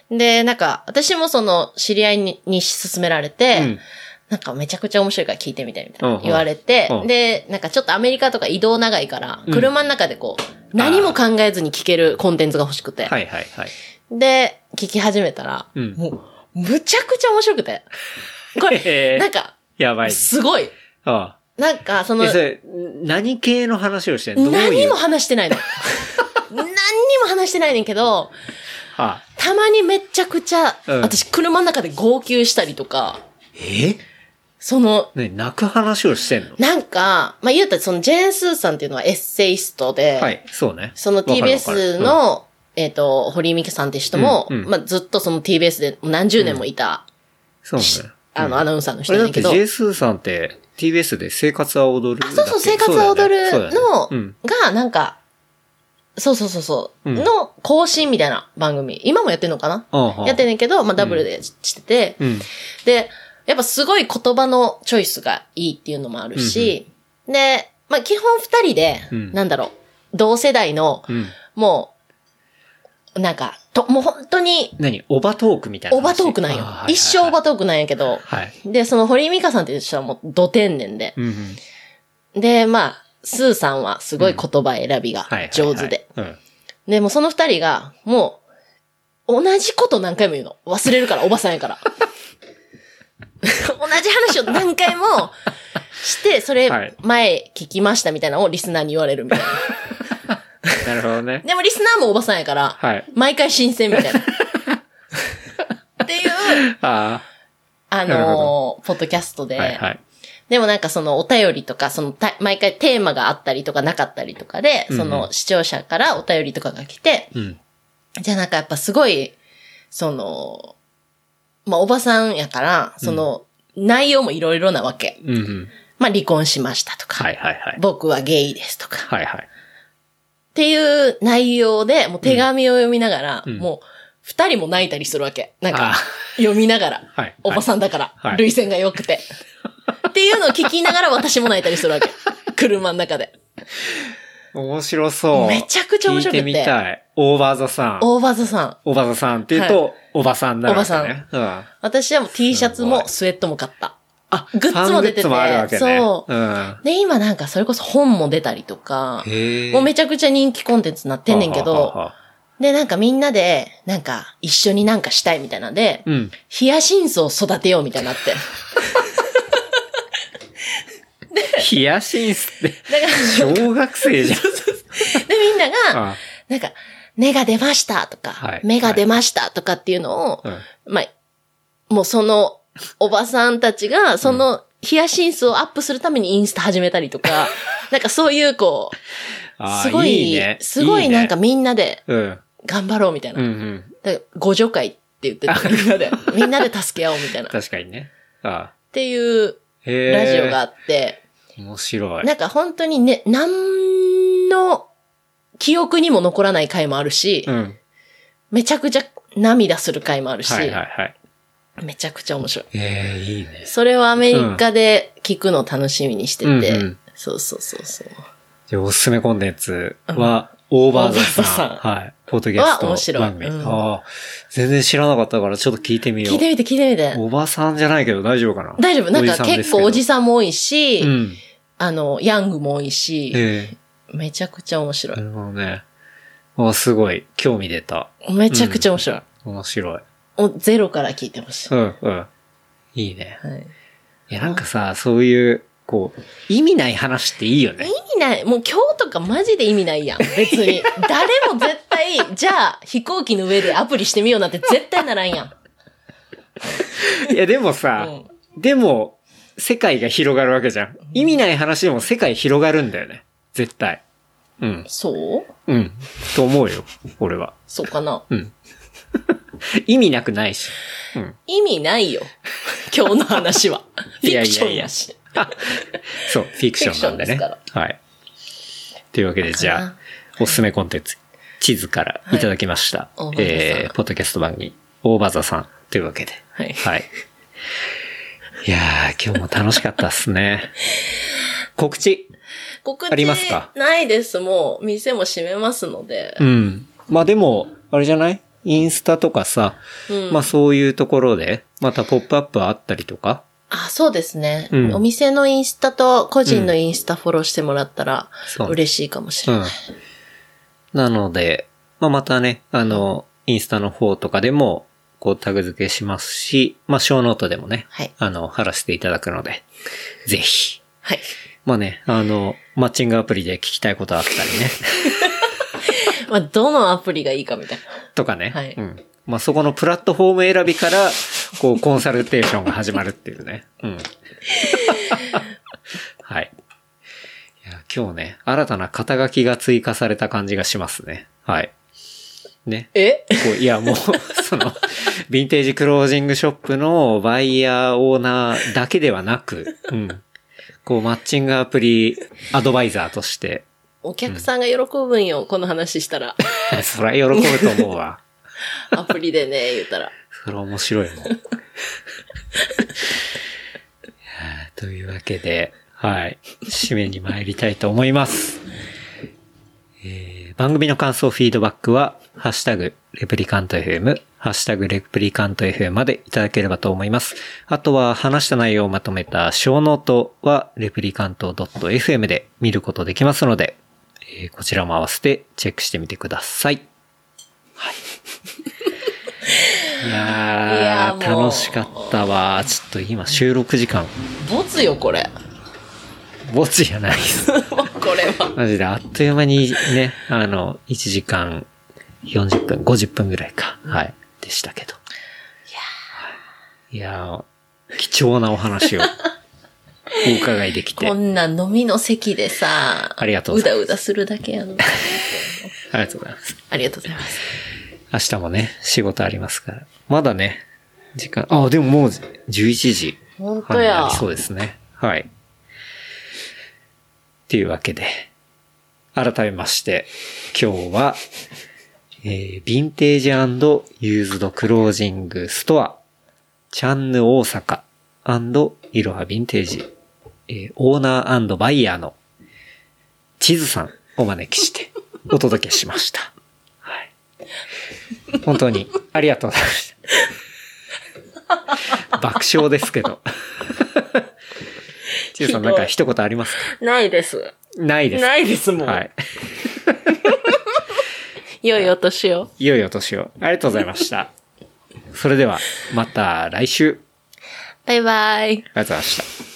うんで、なんか、私もその、知り合いにに勧められうて、ん。うん。なんかめちゃくちゃ面白いから聞いてみたいみたいうんなうん言われてう、んで、なんかちょっとアメリカとか移動長いからう、ん車の中でこう、何も考えずに聞けるコンテンツが欲しくては、いはいはい。で、聞き始めたら、うんもう、むちゃくちゃ面白くて、 (laughs) これ、えなんか、やばい。すごい、あなんか、そあ。のえ、、それ、何系の話をしてんのどういう。何も話して (laughs) ないの。何にも話してないねんけど、あたまにめちゃくちゃ、うん私車の中で号泣したりとか、えその、ね、泣く話をしてんのなんか、まあ、言うたらそのジェーン・スーさんっていうのはエッセイストで、はい。そうね。そのわかるわかる TBS の、えっ、と、堀井美香さんって人も、うんうんまあ、ずっとその TBS で何十年もいた、そうねし。うんあの、アナウンサーのあ人れなだんっだてけど、 J スーさんって TBS で生活は踊るだあっけ。そうそう、生活は踊るそうだよねの、そうだよねが、なんか、そうそうそうそう、うんの更新みたいな番組。今もやってんのかなうんああ。やってんねんけど、まあ、ダブルでししてて、うん。で、やっぱすごい言葉のチョイスがいいっていうのもあるし、で、まあ基本二人で、うんなんだろう、同世代の、うん。もう、なんか、と、もう本当に、何オバトークみたいなオ話。バトークなんよああ。はい一生オバトークなんやけど、はい。で、その堀井美香さんっていう人はもう、ど天然で。うんうん。で、まあ、スーさんはすごい言葉選びがはいはいはい。上手で。うん。で、もうその二人が、もう、同じこと何回も言うの。忘れるから、おばさんやから。 (laughs) 同じ話を何回もして、そはいれ、前聞きましたみたいなのをリスナーに言われるみたいな。なるほどね。でもリスナーもおばさんやから、はい。毎回新鮮みたいな。っていう、あ (laughs) あなるのーポッドキャストあ。で、はいはい。でもなんかそのお便りとか、そのた毎回テーマがあったりとかなかったりとかで、そうんうの視聴者からお便りとかが来て、うん。じゃあなんかやっぱすごい、その、まあおばさんやから、その、内容もいろいろなわけ。うんうん。まあ離婚しましたとか、はいはいはい。僕はゲイですとか、っはいはい。ていう内容で、もう手紙を読みながら、うんうんもう二人も泣いたりするわけ。なんあか、読みながら、はい。おばん。さんだから、はい涙腺が良くて。っていうのを聞きながら私も泣いたりする (laughs) わけ。車の中で。面白そう。めちゃくちゃ面白くて聞いてみたい。オーバーザさん。オーバーズさん。オーバーザさんって言うと、おばさんなるわけね。うん。私はもう T シャツすもごいスウェットも買った。あグッズも出ててファングッズもあるわけね。そうん。で、今なんかそれこそ本も出たりとか、へもうめちゃちゃくちゃ人気コンテンツになってんねんけど、で、なんかみんなで、なんか一緒になんかしたいみたいなんで、うん。ヒヤシンスを育てようみたいに (laughs) なって。ヒヤシンスって、小学生じゃん。で、みんなが、あなんか、根が出ましたとか、はい芽が出ましたとかっていうのを、うんまあ、もうその、おばさんたちが、その、ヒヤシンスをアップするためにインスタ始めたりとか、 (laughs) なんかそういう、こう、あすごい、いねすごいなんかねみんなでうん。頑張ろうみたいなうんう。ん。で、互助会って言 (laughs) ってた。みんなで、みんなで助け合おうみたいな。っ確かにね。あていうへえ。ラジオがあ。って、面白い。なんか本当にね、なんの記憶にも残らない回もあるし、うん。めちゃくちゃ涙する回もあるし、はいはいはい。めちゃくちゃ面白い。ええ、いいね。それをアメリカで聞くのを楽しみにしてて、うんうんそうそうそうそう。じゃあおすすめコンテンツは、オーバーザさん。オーバーザはい。ポッドキャスは面ト白い番組。うんああ。全然知らなかったから、ちょっと聞いてみよ聞いてう。みて聞いてみて。おばさんじゃないけど大丈夫かな大丈夫なんおじさかんで結すけ構どおじさんも多いし、うん。あの、ヤングも多いし、えめちゃくちゃ面白え。いな。るほどね。あすごい。興味出た。めちゃくちゃ面白い。面白い。もうゼロから聞いてほしい。うんうん。いいね。はい。いや、なんかさ、そういう、こう、意味ない話っていいよね。意味ない。もう今日とかマジで意味ないやん。別 (laughs) に。誰も絶対、じゃあ飛行機の上でアプリしてみようなんて絶対ならんやん。いや、でもさ、でも、世界が広がるわけじゃん。意味ない話でも世界広がるんだよね。絶対。うん。そううん。と思うよ。俺は。そうかな。意味なくない (laughs) し。うん。意味ないよ。今日の話は。(laughs) フいやいやいやィクションやし。そう、フィクションなんでね。フィクションですはい。というわけで、じかゃあな、おすすめコンテンツ、地図からいただきました。はいえー、大場座さんポッドキャスト番組、大場座さんというわけで。はいはい。いやー、今日も楽しかったっすね。告知。告ありますか知ないです。もう、店も閉めますので。うん。まあでも、あれじゃないインスタとかさ、うんまあそういうところで、またポップアップあったりとか、あ、そうですね、うんお店のインスタと個人のインスタフォローしてもらったらそうね嬉しいかもしうれんない。。なので、まあ、またね、あの、インスタの方とかでも、こうタグ付けしますし、まあ、小ノートでもね、はいあの、貼らせていただくので、ぜひ。はい。 (laughs) まあね、あの、マッチングアプリで聞きたいことあったりね、まあ、どのアプリがいいかみたいな。とかね。はいうん。まあ、そこのプラットフォーム選びから、こ (laughs) う、コンサルテーションが始まるっていうね。うん。はい。いや、今日ね、新たな肩書きが追加された感じがしますね。はい。ね。えこうい (laughs) や、もう、その、ヴィンテージクロージングショップのバイヤーオーナーだけではなく、うん。こう、マッチングアプリアドバイザーとして、 (laughs) お客さんが喜ぶんよ、この話したら。そりゃ喜ぶと思うわ。アプリでね、言うたら。それ面白いもん。いやーというわけで、はい。締めに参りたいと思います。 (laughs) えー番組の感想、フィードバックは、ハッシュタグ、レプリカント FM、ハッシュタグ、レプリカント FM までいただければと思います。あとは、話した内容をまとめた小ノートは、レプリカント .fm で見ることできますので、えーこちらも合わせてチェックしてみてください。 (laughs) はい。いいややーー、もう楽しかったわ。ちょっと今、収録時間、ボツよ、(laughs) これ。ぼつじゃないです。これは。マジであっという間にね、あの、1時間40分、50分ぐらいか。はい。でしたけど。いやー。貴重なお話をお伺いできて、 (laughs) (laughs) こあんな飲みの席でさ、ありがとうごうざいだますうだするだけ (laughs) やの。りがとうございます。ありがとうございます。明日もね、仕事ありますから。まだね、時間、あ、でももう11時本当半になやり。そうですね。はい。っていうわけで、改めまして、今日は、えー、ヴィンテージユーズドクロージングストア、チャンヌ大阪いろはヴィンテージ、えーオーナーバイヤーの地図さんお招きしてお届けしました。はい。本当にありがとうございました。爆笑ですけど。地図さんなんか一言ありますかないです。ないです。ないですもん。はい。良いお年を。いよいよ年を。ありがとうございました。それでは、また来週。バイバイ。ありがとうございました。